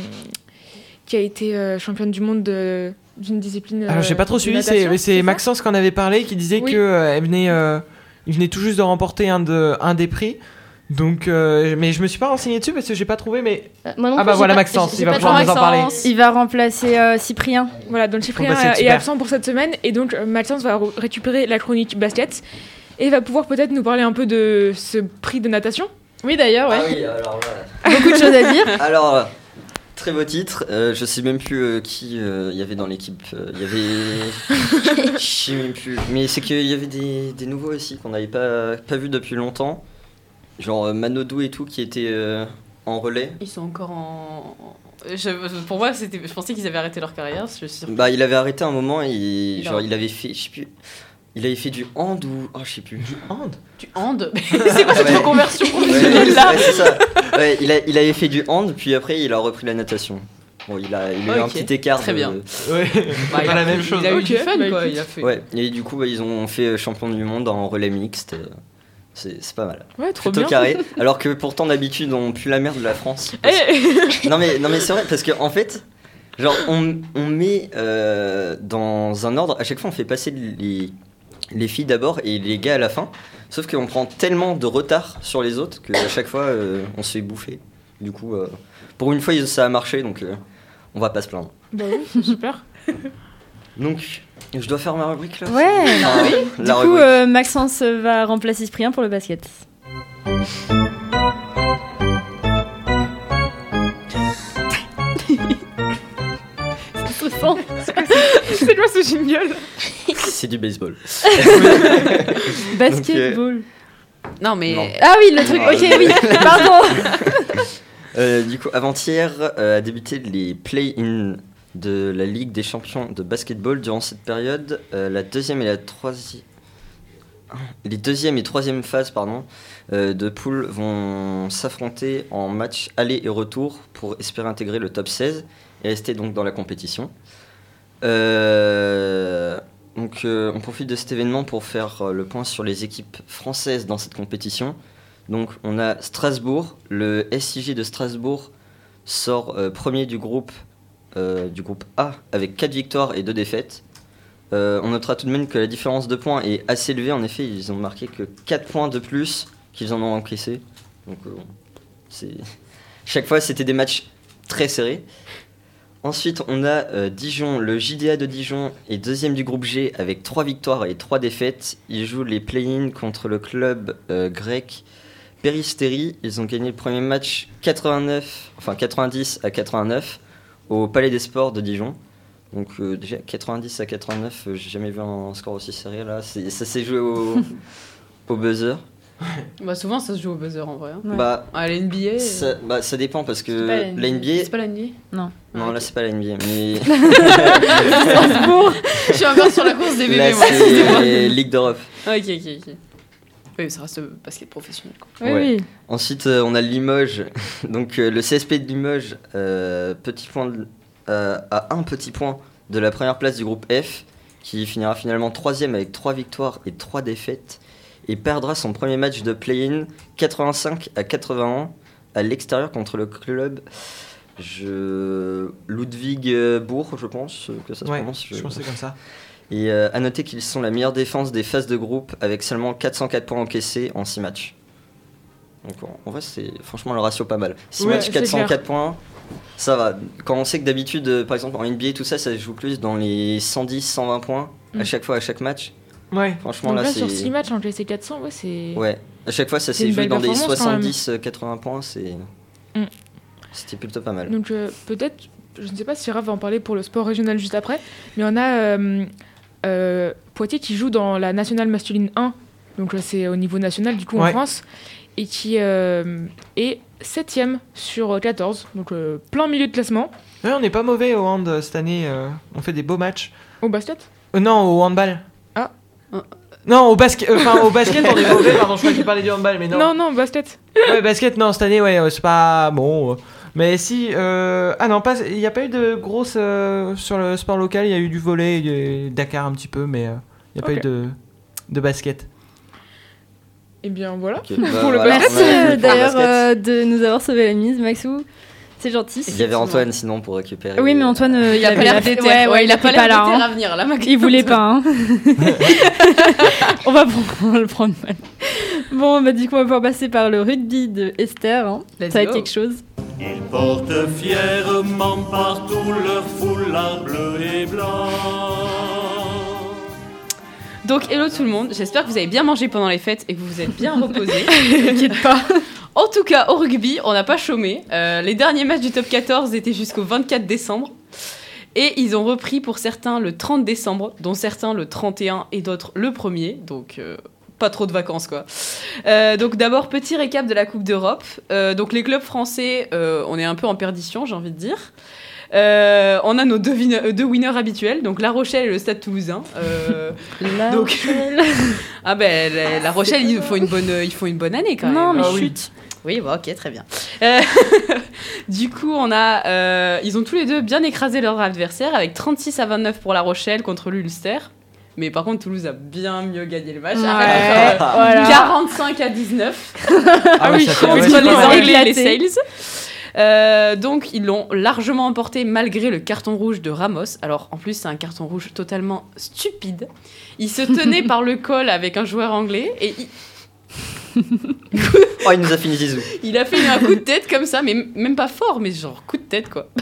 Speaker 5: qui a été euh, championne du monde de- d'une discipline. euh,
Speaker 6: alors Ah, j'ai pas trop
Speaker 5: de
Speaker 6: suivi,
Speaker 5: natation,
Speaker 6: c'est- c'est
Speaker 5: ça
Speaker 6: Maxence qu'on avait parlé qui disait
Speaker 5: Oui.
Speaker 6: que euh, elle venait, euh, il venait tout juste de remporter un, de, un des prix. Donc, euh, mais je me suis pas renseigné dessus parce que j'ai pas trouvé,
Speaker 7: [laughs]
Speaker 6: mais
Speaker 8: Euh, moi non
Speaker 6: Ah
Speaker 8: plus,
Speaker 6: bah
Speaker 8: j'ai
Speaker 6: voilà
Speaker 8: pas-
Speaker 6: Maxence,
Speaker 8: j'ai-
Speaker 6: il
Speaker 8: j'ai
Speaker 6: va
Speaker 8: pas
Speaker 6: pouvoir
Speaker 8: trouvé.
Speaker 6: nous en parler.
Speaker 4: Il va remplacer euh, Cyprien.
Speaker 5: Voilà, donc Cyprien
Speaker 6: Bon, bah, c'est
Speaker 5: euh, est
Speaker 6: super.
Speaker 5: absent pour cette semaine et donc euh, Maxence va re- récupérer la chronique basket et va pouvoir peut-être nous parler un peu de ce prix de natation.
Speaker 4: Oui, d'ailleurs, ouais.
Speaker 9: Ah oui, alors voilà.
Speaker 4: Beaucoup de choses à dire.
Speaker 9: Alors, euh, très beau titre. Euh, je sais même plus euh, qui euh, il y avait dans l'équipe. Euh, Il
Speaker 7: [laughs]
Speaker 9: y avait. je sais même plus. Mais c'est qu'il y avait des, des nouveaux aussi qu'on n'avait pas, pas vu depuis longtemps. Genre euh, Manodou et tout qui étaient euh, en relais.
Speaker 7: Ils sont encore en. Je- pour moi, c'était. Je pensais qu'ils avaient arrêté leur carrière. Je suis sûre.
Speaker 9: Bah, il avait arrêté un moment et
Speaker 7: a-
Speaker 9: genre il avait fait. Je sais plus. Il avait fait du hand ou. Oh, je sais plus.
Speaker 6: Hand.
Speaker 7: Tu
Speaker 9: [laughs]
Speaker 7: handes. [laughs] c'est quoi cette
Speaker 9: Ouais.
Speaker 7: reconversion [laughs]
Speaker 9: Ouais,
Speaker 7: professionnelle là
Speaker 9: ouais, c'est ça. Ouais, il, a- il avait fait du hand, puis après il a repris la natation. Bon, il a, il a eu un
Speaker 7: Ok,
Speaker 9: petit écart.
Speaker 7: très
Speaker 9: de-
Speaker 7: bien.
Speaker 6: Ouais,
Speaker 7: Bah, il
Speaker 6: pas
Speaker 7: a-
Speaker 6: la même chose. hein.
Speaker 7: Il a eu
Speaker 5: Ok,
Speaker 7: du fun
Speaker 5: bah,
Speaker 7: quoi.
Speaker 5: écoute.
Speaker 7: Il a fait.
Speaker 9: Ouais, et du coup, bah, ils ont fait euh, champion du monde en relais mixte. euh, C'est c'est pas mal.
Speaker 5: Ouais, trop
Speaker 9: Plutôt
Speaker 5: bien. [laughs]
Speaker 9: carré. Alors que pourtant, d'habitude, on pue la merde de la France.
Speaker 5: Eh,
Speaker 9: Parce- non, mais, non, mais c'est vrai, parce qu'en en fait, genre, on, on met euh, dans un ordre. À chaque fois, on fait passer les, les filles d'abord et les gars à la fin. Sauf qu'on prend tellement de retard sur les autres qu'à chaque fois, euh, on se fait bouffer. Du coup, euh, pour une fois, ils- ça a marché, donc euh, on va pas se plaindre.
Speaker 5: bah oui, c'est super.
Speaker 9: Donc, je dois faire ma rubrique là
Speaker 4: [laughs] Ouais.
Speaker 5: Ah
Speaker 9: Enfin, la
Speaker 4: Du coup,
Speaker 9: rubrique.
Speaker 4: euh, Maxence va remplacer Cyprien pour le [laughs] basket. C'est stressant.
Speaker 5: [laughs] c'est quoi ce jingle
Speaker 9: C'est du baseball.
Speaker 4: Basketball.
Speaker 7: Non mais.
Speaker 9: Non.
Speaker 4: Ah oui, le truc. Ok, oui. Pardon.
Speaker 9: Euh, du coup, avant-hier euh, a débuté les play-in de la Ligue des champions de basketball. Durant cette période, euh, la deuxième et la troisième. les deuxième et troisième phases pardon, euh, de poule vont s'affronter en match aller et retour pour espérer intégrer le top 16 et rester donc dans la compétition. Euh, donc euh, on profite de cet événement pour faire euh, le point sur les équipes françaises dans cette compétition. Donc on a Strasbourg, le SIG de Strasbourg sort euh, premier du groupe, euh, du groupe A avec 4 victoires et 2 défaites. Euh, on notera tout de même que la différence de points est assez élevée, en effet ils ont marqué que 4 points de plus qu'ils en ont encaissé. Donc euh, c'est... [laughs] chaque fois c'était des matchs très serrés. Ensuite, on a euh, Dijon. Le JDA de Dijon est deuxième du groupe G avec 3 victoires et 3 défaites. Ils jouent les play-in contre le club euh, grec Peristeri. Ils ont gagné le premier match 89, enfin 90 à 89 au Palais des Sports de Dijon. Donc euh, déjà 90 à 89, euh, j'ai jamais vu un score aussi serré là. C'est- Ça s'est joué au, au buzzer.
Speaker 7: Bah, souvent, ça se joue au buzzer en vrai. hein.
Speaker 4: Ouais.
Speaker 9: Bah,
Speaker 7: À l'NBA.
Speaker 9: ça, bah, ça dépend parce que
Speaker 4: pas la
Speaker 9: la NBA...
Speaker 7: C'est euh, pas la NBA
Speaker 9: Non, là c'est pas la NBA, mais...
Speaker 7: [laughs] Je suis encore sur la course des
Speaker 9: Là,
Speaker 7: bébés, moi.
Speaker 9: c'est Ligue d'Europe.
Speaker 7: Ok, ok, ok. Oui, ça reste euh, basket professionnel. quoi.
Speaker 9: [laughs]
Speaker 4: Oui,
Speaker 9: Ouais.
Speaker 4: oui.
Speaker 9: Ensuite, euh, on a Limoges. [laughs] Donc, euh, le CSP de Limoges, euh, petit point de- euh, à un petit point de la première place du groupe F, qui finira finalement troisième avec trois victoires et trois défaites, et perdra son premier match de play-in 85 à 81 à l'extérieur contre le club je... Ludwig euh, Bourg, je pense euh, que ça se
Speaker 6: Ouais,
Speaker 9: prononce.
Speaker 6: je pense que c'est comme ça.
Speaker 9: Et euh, à noter qu'ils sont la meilleure défense des phases de groupe avec seulement 404 points encaissés en 6 matchs. Donc en- en vrai, c'est franchement le ratio pas mal. 6
Speaker 5: Ouais,
Speaker 9: matchs,
Speaker 5: c'est
Speaker 9: 404 points, ça va. Quand on sait que d'habitude, euh, par exemple en NBA, tout ça, ça se joue plus dans les 110, 120 points à
Speaker 5: Mm.
Speaker 9: chaque fois, à chaque match.
Speaker 6: Ouais.
Speaker 9: Franchement,
Speaker 5: Donc
Speaker 9: là,
Speaker 5: là,
Speaker 9: c'est.
Speaker 5: sur 6 matchs, en GC 400, ouais, c'est.
Speaker 9: Ouais, à chaque fois, ça
Speaker 5: C'est
Speaker 9: s'est
Speaker 5: une
Speaker 9: joué
Speaker 5: belle
Speaker 9: dans des
Speaker 5: performance, quand même.
Speaker 9: 70, euh, 80 points, c'est.
Speaker 5: Mm.
Speaker 9: C'était plutôt pas mal.
Speaker 5: Donc euh, peut-être, je ne sais pas si Raph va en parler pour le sport régional juste après, mais on a euh, euh, Poitiers qui joue dans la nationale masculine 1, donc là c'est au niveau national du coup en
Speaker 6: Ouais.
Speaker 5: France, et qui euh, est 7 sur 14, donc euh, plein milieu de classement
Speaker 6: Ouais, on n'est pas mauvais au hand euh, cette année. euh, on fait des beaux matchs.
Speaker 5: au basket.
Speaker 6: Euh, non, au handball.
Speaker 5: Ah.
Speaker 7: Euh.
Speaker 6: Non, au basket. euh, Enfin, au basket, on est mauvais. Pardon, je crois que tu parlais du handball, mais non.
Speaker 5: Non, non, basket.
Speaker 6: Ouais, basket, non, cette année, ouais, euh, c'est pas bon. euh. Mais si, euh, ah non, pas, il n'y a pas eu de grosse euh, sur le sport local. Il y a eu du volley, il y a eu Dakar un petit peu, mais euh, il n'y
Speaker 5: Ok.
Speaker 6: a pas eu de, de basket.
Speaker 5: Et Eh bien voilà. [laughs]
Speaker 9: Ok, bah,
Speaker 5: Pour le
Speaker 9: voilà, [laughs]
Speaker 4: Merci
Speaker 9: on a eu
Speaker 4: euh,
Speaker 9: le
Speaker 4: d'ailleurs
Speaker 9: basket.
Speaker 4: euh, de nous avoir sauvé la mise, Maxou. C'est gentil.
Speaker 9: Il y avait Antoine sinon pour récupérer.
Speaker 4: Oui, mais Antoine, euh,
Speaker 7: Il a pas l'air
Speaker 4: fait-
Speaker 7: d'été.
Speaker 4: ouais, ouais, il a
Speaker 7: pas
Speaker 4: pris pas
Speaker 7: l'air
Speaker 4: là.
Speaker 7: d'été
Speaker 4: hein.
Speaker 7: à venir, là, Max.
Speaker 4: Il voulait pas.
Speaker 7: [laughs]
Speaker 4: hein. on, va prendre- on va le prendre mal. Bon, bah, du coup, on va pouvoir passer par le rugby de Esther. hein.
Speaker 7: Let's
Speaker 4: Ça va être
Speaker 7: go.
Speaker 4: quelque chose.
Speaker 10: Ils portent fièrement partout leur foulard bleu et blanc.
Speaker 7: Donc, hello tout le monde. J'espère que vous avez bien mangé pendant les fêtes et que vous vous êtes [laughs] bien reposés. T'inquiète pas. En tout cas, au rugby, on n'a pas chômé. Euh, les derniers matchs du top 14 étaient jusqu'au 24 décembre. Et ils ont repris pour certains le 30 décembre, dont certains le 31 et d'autres le 1er. Donc, euh, pas trop de vacances, quoi. Euh, donc, d'abord, petit récap de la Coupe d'Europe. Euh, donc, les clubs français, euh, on est un peu en perdition, j'ai envie de dire. Euh, on a nos deux, vine- euh, deux winners habituels, donc La Rochelle et le Stade Toulousain. [laughs] Euh, donc, [laughs] ah ben la, la Rochelle, il faut une bonne, il faut une bonne année quand
Speaker 4: Non,
Speaker 7: même.
Speaker 4: mais
Speaker 6: Ah oui.
Speaker 4: chut.
Speaker 7: Oui, bon, ok, très bien. Euh, [laughs] du coup, on a, euh, ils ont tous les deux bien écrasé leur adversaire avec 36 à 29 pour La Rochelle contre l'Ulster. Mais par contre, Toulouse a bien mieux gagné le match. Arrête, euh, 45 à 19
Speaker 6: Ah
Speaker 5: oui, je comprends.
Speaker 6: ça fait- ouais,
Speaker 5: Ils
Speaker 6: c'est
Speaker 7: contre
Speaker 5: sont
Speaker 7: les
Speaker 6: pas mal.
Speaker 5: éclatés.
Speaker 7: Anglais et les Sales. Euh, donc ils l'ont largement emporté malgré le carton rouge de Ramos. Alors en plus c'est un carton rouge totalement stupide. Il se tenait [laughs] par le col avec un joueur anglais et il,
Speaker 9: Oh, il nous a fini Zizou.
Speaker 7: il a fait un coup de tête comme ça, mais m- même pas fort, mais genre coup de tête quoi. [laughs]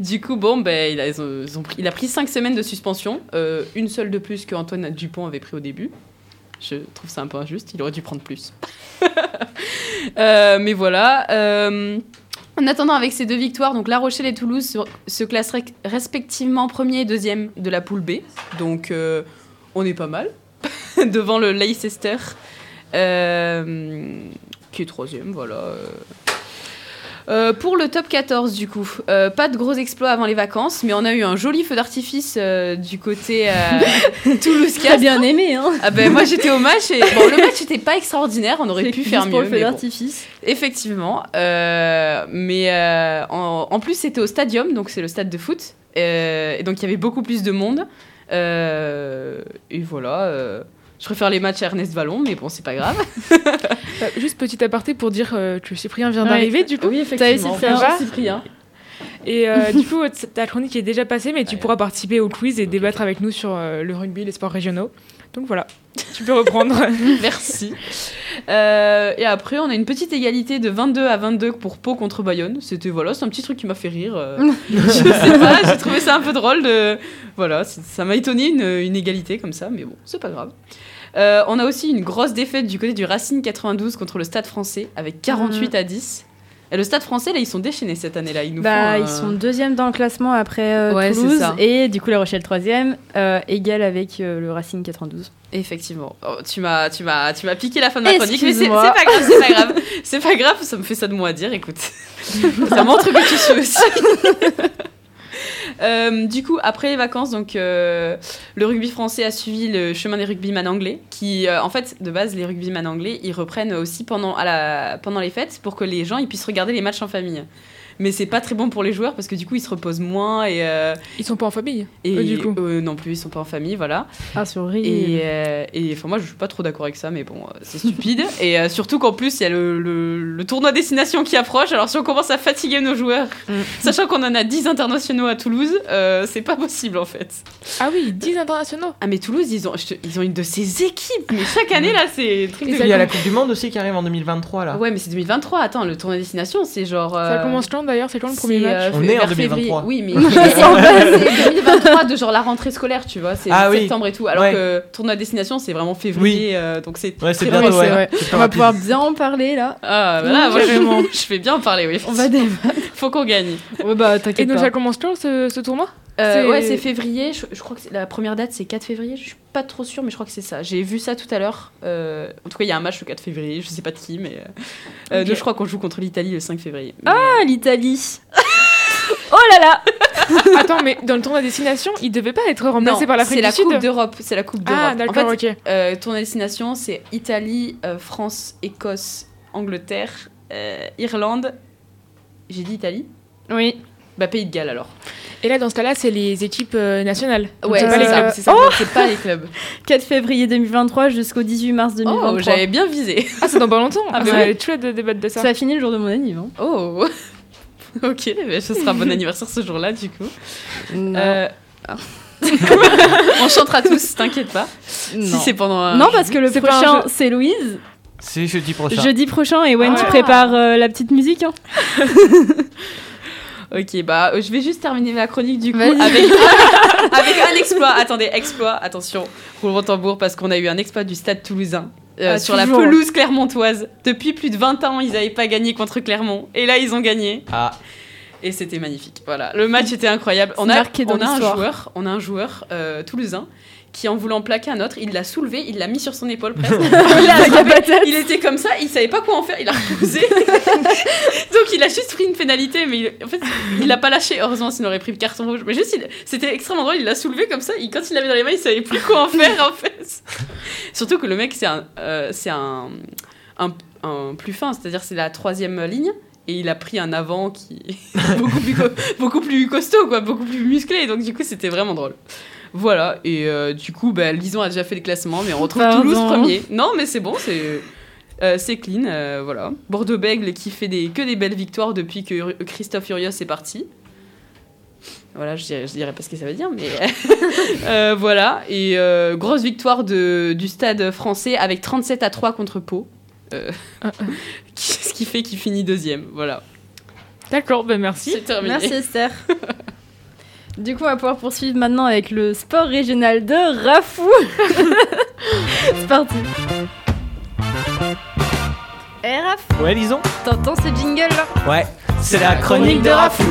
Speaker 7: du coup bon ben il a, ils ont- ils ont pris, il a pris 5 semaines de suspension, euh, une seule de plus que Antoine Dupont avait pris au début. Je trouve ça un peu injuste, il aurait dû prendre plus. [laughs] Euh, mais voilà. euh, en attendant, avec ces deux victoires, donc La Rochelle et Toulouse se, se classeraient respectivement premier et deuxième de la poule B. Donc, euh, on est pas mal [laughs] devant le Leicester, euh, qui est troisième. Voilà. euh. Euh, pour le top 14, du coup, euh, pas de gros exploits avant les vacances, mais on a eu un joli feu d'artifice euh,
Speaker 4: [laughs]
Speaker 7: du côté euh, toulouse
Speaker 4: T'as bien aimé, hein
Speaker 7: Ah ben moi j'étais au match et bon, le match n'était pas extraordinaire, on aurait
Speaker 4: C'est
Speaker 7: pu
Speaker 4: juste
Speaker 7: faire mieux.
Speaker 4: pour le feu
Speaker 7: mais bon.
Speaker 4: d'artifice.
Speaker 7: Effectivement, euh, mais euh, en, en plus c'était au stadium, donc c'est le stade de foot, euh, et donc il y avait beaucoup plus de monde. Euh, et voilà, euh, je préfère les matchs à Ernest Vallon, mais bon c'est pas grave.
Speaker 5: Euh, Juste petit aparté pour dire euh, que Cyprien vient
Speaker 4: Ouais.
Speaker 5: d'arriver du coup.
Speaker 4: Oui,
Speaker 7: T'as
Speaker 4: effectivement.
Speaker 7: essayé de faire
Speaker 5: Ça va
Speaker 7: un Cyprien.
Speaker 5: Et
Speaker 7: [laughs]
Speaker 5: euh, du coup, t- ta chronique est déjà passée, mais
Speaker 7: Ah,
Speaker 5: tu pourras participer au quiz et débattre avec nous sur euh, le rugby, les sports régionaux. Donc voilà, tu peux reprendre.
Speaker 7: [laughs]
Speaker 4: [laughs]
Speaker 7: Merci. Euh, et après, on a une petite égalité de 22 à 22 pour Pau contre Bayonne. C'était voilà, c'est un petit truc qui m'a fait rire.
Speaker 4: [laughs]
Speaker 7: euh, je sais pas, j'ai trouvé ça un peu drôle. De... Voilà, c'est- ça m'a étonné une, une égalité comme ça, mais bon, c'est pas grave. Euh, on a aussi une grosse défaite du côté du Racing 92 contre le Stade Français avec 48 à 10. Et le Stade Français, là, ils sont déchaînés cette année-là. Ils nous
Speaker 4: Ah. Bah,
Speaker 7: font, euh,
Speaker 4: ils sont deuxième dans le classement après euh,
Speaker 7: Ouais, c'est
Speaker 4: Toulouse
Speaker 7: ça.
Speaker 4: et du coup La Rochelle troisième, euh, égal avec euh, le Racing 92.
Speaker 7: Effectivement. Oh, tu m'as, tu m'as, tu m'as piqué la fin de ma chronique, mais c'est c'est
Speaker 4: Excuse-moi.
Speaker 7: pas grave, c'est pas grave, c'est pas grave. Ça me fait ça de moi à
Speaker 5: [laughs]
Speaker 7: dire. Écoute, ça montre que tu suis aussi. [laughs] Euh, du coup, après les vacances, donc euh, le rugby français a suivi le chemin des rugbyman anglais, qui euh, en fait de base les rugbyman anglais ils reprennent aussi pendant à la pendant les fêtes pour que les gens ils puissent regarder les matchs en famille. Mais c'est pas très bon pour les joueurs parce que du coup ils se reposent moins et, euh,
Speaker 5: Ils sont pas en famille.
Speaker 7: et
Speaker 5: Eux, du coup.
Speaker 7: eux non plus ils sont pas en famille voilà.
Speaker 4: Ah, c'est horrible.
Speaker 7: Et, euh, et, enfin, moi, je suis pas trop d'accord avec ça, mais bon, euh, c'est [laughs] stupide. et euh, surtout qu'en plus, il y a le, le- le tournoi destination qui approche. Alors, si on commence à fatiguer nos joueurs,
Speaker 4: Mm.
Speaker 7: sachant qu'on en a 10 internationaux à Toulouse, euh, c'est pas possible en fait.
Speaker 5: Ah oui, 10 internationaux.
Speaker 7: Ah, mais Toulouse, ils ont, je te- ils ont une de ces équipes. Mais chaque année, là, c'est truc
Speaker 5: Et
Speaker 7: de.
Speaker 5: ça
Speaker 6: Il y a la Coupe du Monde aussi qui arrive en 2023 là.
Speaker 7: Ouais, mais c'est 2023. Attends, le tournoi destination, c'est genre.
Speaker 5: Ça
Speaker 7: euh,
Speaker 5: commence quand d'ailleurs C'est quand le premier
Speaker 7: c'est,
Speaker 5: match
Speaker 7: euh,
Speaker 6: On est en
Speaker 7: vers
Speaker 6: 2023.
Speaker 7: février.
Speaker 5: [laughs]
Speaker 7: Oui, mais [laughs] c'est 2023 de genre la rentrée scolaire, tu vois, c'est
Speaker 6: Ah oui.
Speaker 7: septembre et tout. Alors
Speaker 6: Ouais.
Speaker 7: que tournoi destination, c'est vraiment février, euh, donc c'est
Speaker 6: Ouais, c'est
Speaker 7: très
Speaker 6: bientôt,
Speaker 7: loin.
Speaker 6: ouais.
Speaker 4: vrai.
Speaker 6: C'est
Speaker 4: On
Speaker 6: pas
Speaker 4: va
Speaker 6: rapide.
Speaker 4: pouvoir bien en parler là.
Speaker 7: Ah, voilà, [laughs]
Speaker 4: Oui,
Speaker 7: moi,
Speaker 4: carrément.
Speaker 7: je, je vais bien en parler, oui.
Speaker 4: On
Speaker 7: [laughs]
Speaker 4: va débattre.
Speaker 7: Faut qu'on gagne.
Speaker 4: Ouais, bah,
Speaker 5: Et
Speaker 4: t'inquiète
Speaker 5: donc
Speaker 4: pas.
Speaker 5: ça commence quand ce, ce tournoi
Speaker 7: Euh,
Speaker 5: C'est-
Speaker 7: ouais, c'est février. Je, je crois que c'est- la première date, c'est 4 février. Je suis pas trop sûre, mais je crois que c'est ça. J'ai vu ça tout à l'heure. Euh, en tout cas, il y a un match le 4 février. Je sais pas de qui, mais. euh, euh,
Speaker 5: Ok.
Speaker 7: nous, je crois qu'on joue contre l'Italie le 5 février.
Speaker 4: Ah, l'Italie Oh là là
Speaker 5: Attends, mais dans le tournoi destination, il devait pas être remplacé
Speaker 7: Non,
Speaker 5: par l'Afrique du
Speaker 7: c'est la
Speaker 5: Sud
Speaker 7: Coupe d'Europe. C'est la Coupe d'Europe.
Speaker 5: Ah,
Speaker 7: en
Speaker 5: d'accord,
Speaker 7: fait,
Speaker 5: ok.
Speaker 7: euh, tournoi destination, c'est Italie, euh, France, Écosse, Angleterre, euh, Irlande. J'ai dit Italie
Speaker 4: Oui.
Speaker 7: Bah, Pays de Galles alors.
Speaker 5: Et là, dans ce cas-là, c'est les équipes euh, nationales. Donc,
Speaker 7: Ouais,
Speaker 5: c'est pas
Speaker 7: c'est
Speaker 5: les
Speaker 7: ça.
Speaker 5: clubs.
Speaker 7: c'est ça, C'est pas les clubs.
Speaker 4: 4 février 2023 jusqu'au 18 mars
Speaker 7: Oh,
Speaker 4: 2023.
Speaker 7: j'avais bien visé. [laughs]
Speaker 5: Ah, c'est dans pas longtemps.
Speaker 7: Ah,
Speaker 5: Ah,
Speaker 7: bah
Speaker 5: ça va
Speaker 7: ouais.
Speaker 5: être chouette de débattre de ça.
Speaker 4: ça a fini le jour de mon anniv. hein.
Speaker 7: Oh [laughs] Ok, ben, ce sera bon anniversaire ce jour-là, du coup. Euh,
Speaker 4: Ah.
Speaker 7: [laughs] on chantera tous, t'inquiète pas.
Speaker 4: non.
Speaker 7: Si Ah, c'est pendant un...
Speaker 4: Non, parce que le
Speaker 5: C'est pas un
Speaker 4: prochain,
Speaker 5: jeu.
Speaker 4: c'est Louise.
Speaker 6: C'est jeudi prochain.
Speaker 4: Jeudi prochain, et Wen,
Speaker 5: Ah.
Speaker 4: tu prépares euh, la petite musique. hein.
Speaker 7: Ok, bah, euh, je vais juste terminer ma chronique, du coup,
Speaker 4: Vas-y. [laughs]
Speaker 7: avec... avec un exploit. Attendez, exploit, attention, roulement de tambour, parce qu'on a eu un exploit du stade toulousain. euh,
Speaker 4: Ah,
Speaker 7: sur
Speaker 4: toujours.
Speaker 7: la pelouse clermontoise. Depuis plus de 20 ans, ils n'avaient pas gagné contre Clermont. Et là, ils ont gagné.
Speaker 6: Ah.
Speaker 7: Et c'était magnifique. Voilà, le match était incroyable. On
Speaker 4: C'est
Speaker 7: a,
Speaker 4: marqué dans
Speaker 7: on a un
Speaker 4: l'histoire.
Speaker 7: joueur, on a un joueur euh, toulousain qui, en voulant plaquer un autre, il l'a soulevé, il l'a mis sur son épaule presque. il, l'a attrapé, il était comme ça, il savait pas quoi en faire, il a repoussé. Donc il a juste pris une pénalité, mais il- en fait, il l'a pas lâché. Heureusement, sinon, il aurait pris le carton rouge. Mais juste, il- c'était extrêmement drôle. Il l'a soulevé comme ça. Il, quand il l'avait dans les mains, il savait plus quoi en faire en fait. Surtout que le mec, c'est un, euh, c'est un, un, un plus fin, c'est-à-dire c'est la troisième ligne. Et il a pris un avant qui est [laughs] beaucoup plus, co- beaucoup plus costaud, quoi, beaucoup plus musclé. Donc du coup, c'était vraiment drôle. Voilà, et euh, du coup, bah, Lison a déjà fait le classement, mais on retrouve
Speaker 4: Pardon.
Speaker 7: Toulouse premier. Non, mais c'est bon, c'est euh, c'est clean, euh, voilà. Bordeaux-Bègle qui fait des, que des belles victoires depuis que Ur- Christophe Urios est parti. Voilà, je dirais, je dirais pas ce que ça veut dire, mais [laughs] euh, voilà. Et euh, grosse victoire de, du stade français avec 37 à 3 contre Pau. Euh, qui- ce qui fait qu'il finit deuxième. Voilà,
Speaker 5: D'accord, ben merci.
Speaker 7: c'est terminé.
Speaker 4: Merci Esther. [laughs] Du coup, on va pouvoir poursuivre maintenant avec le sport régional de Rafou. c'est parti. Eh Raf,
Speaker 6: Ouais, disons.
Speaker 4: t'entends ce jingle là
Speaker 6: Ouais. C'est la chronique de Rafou.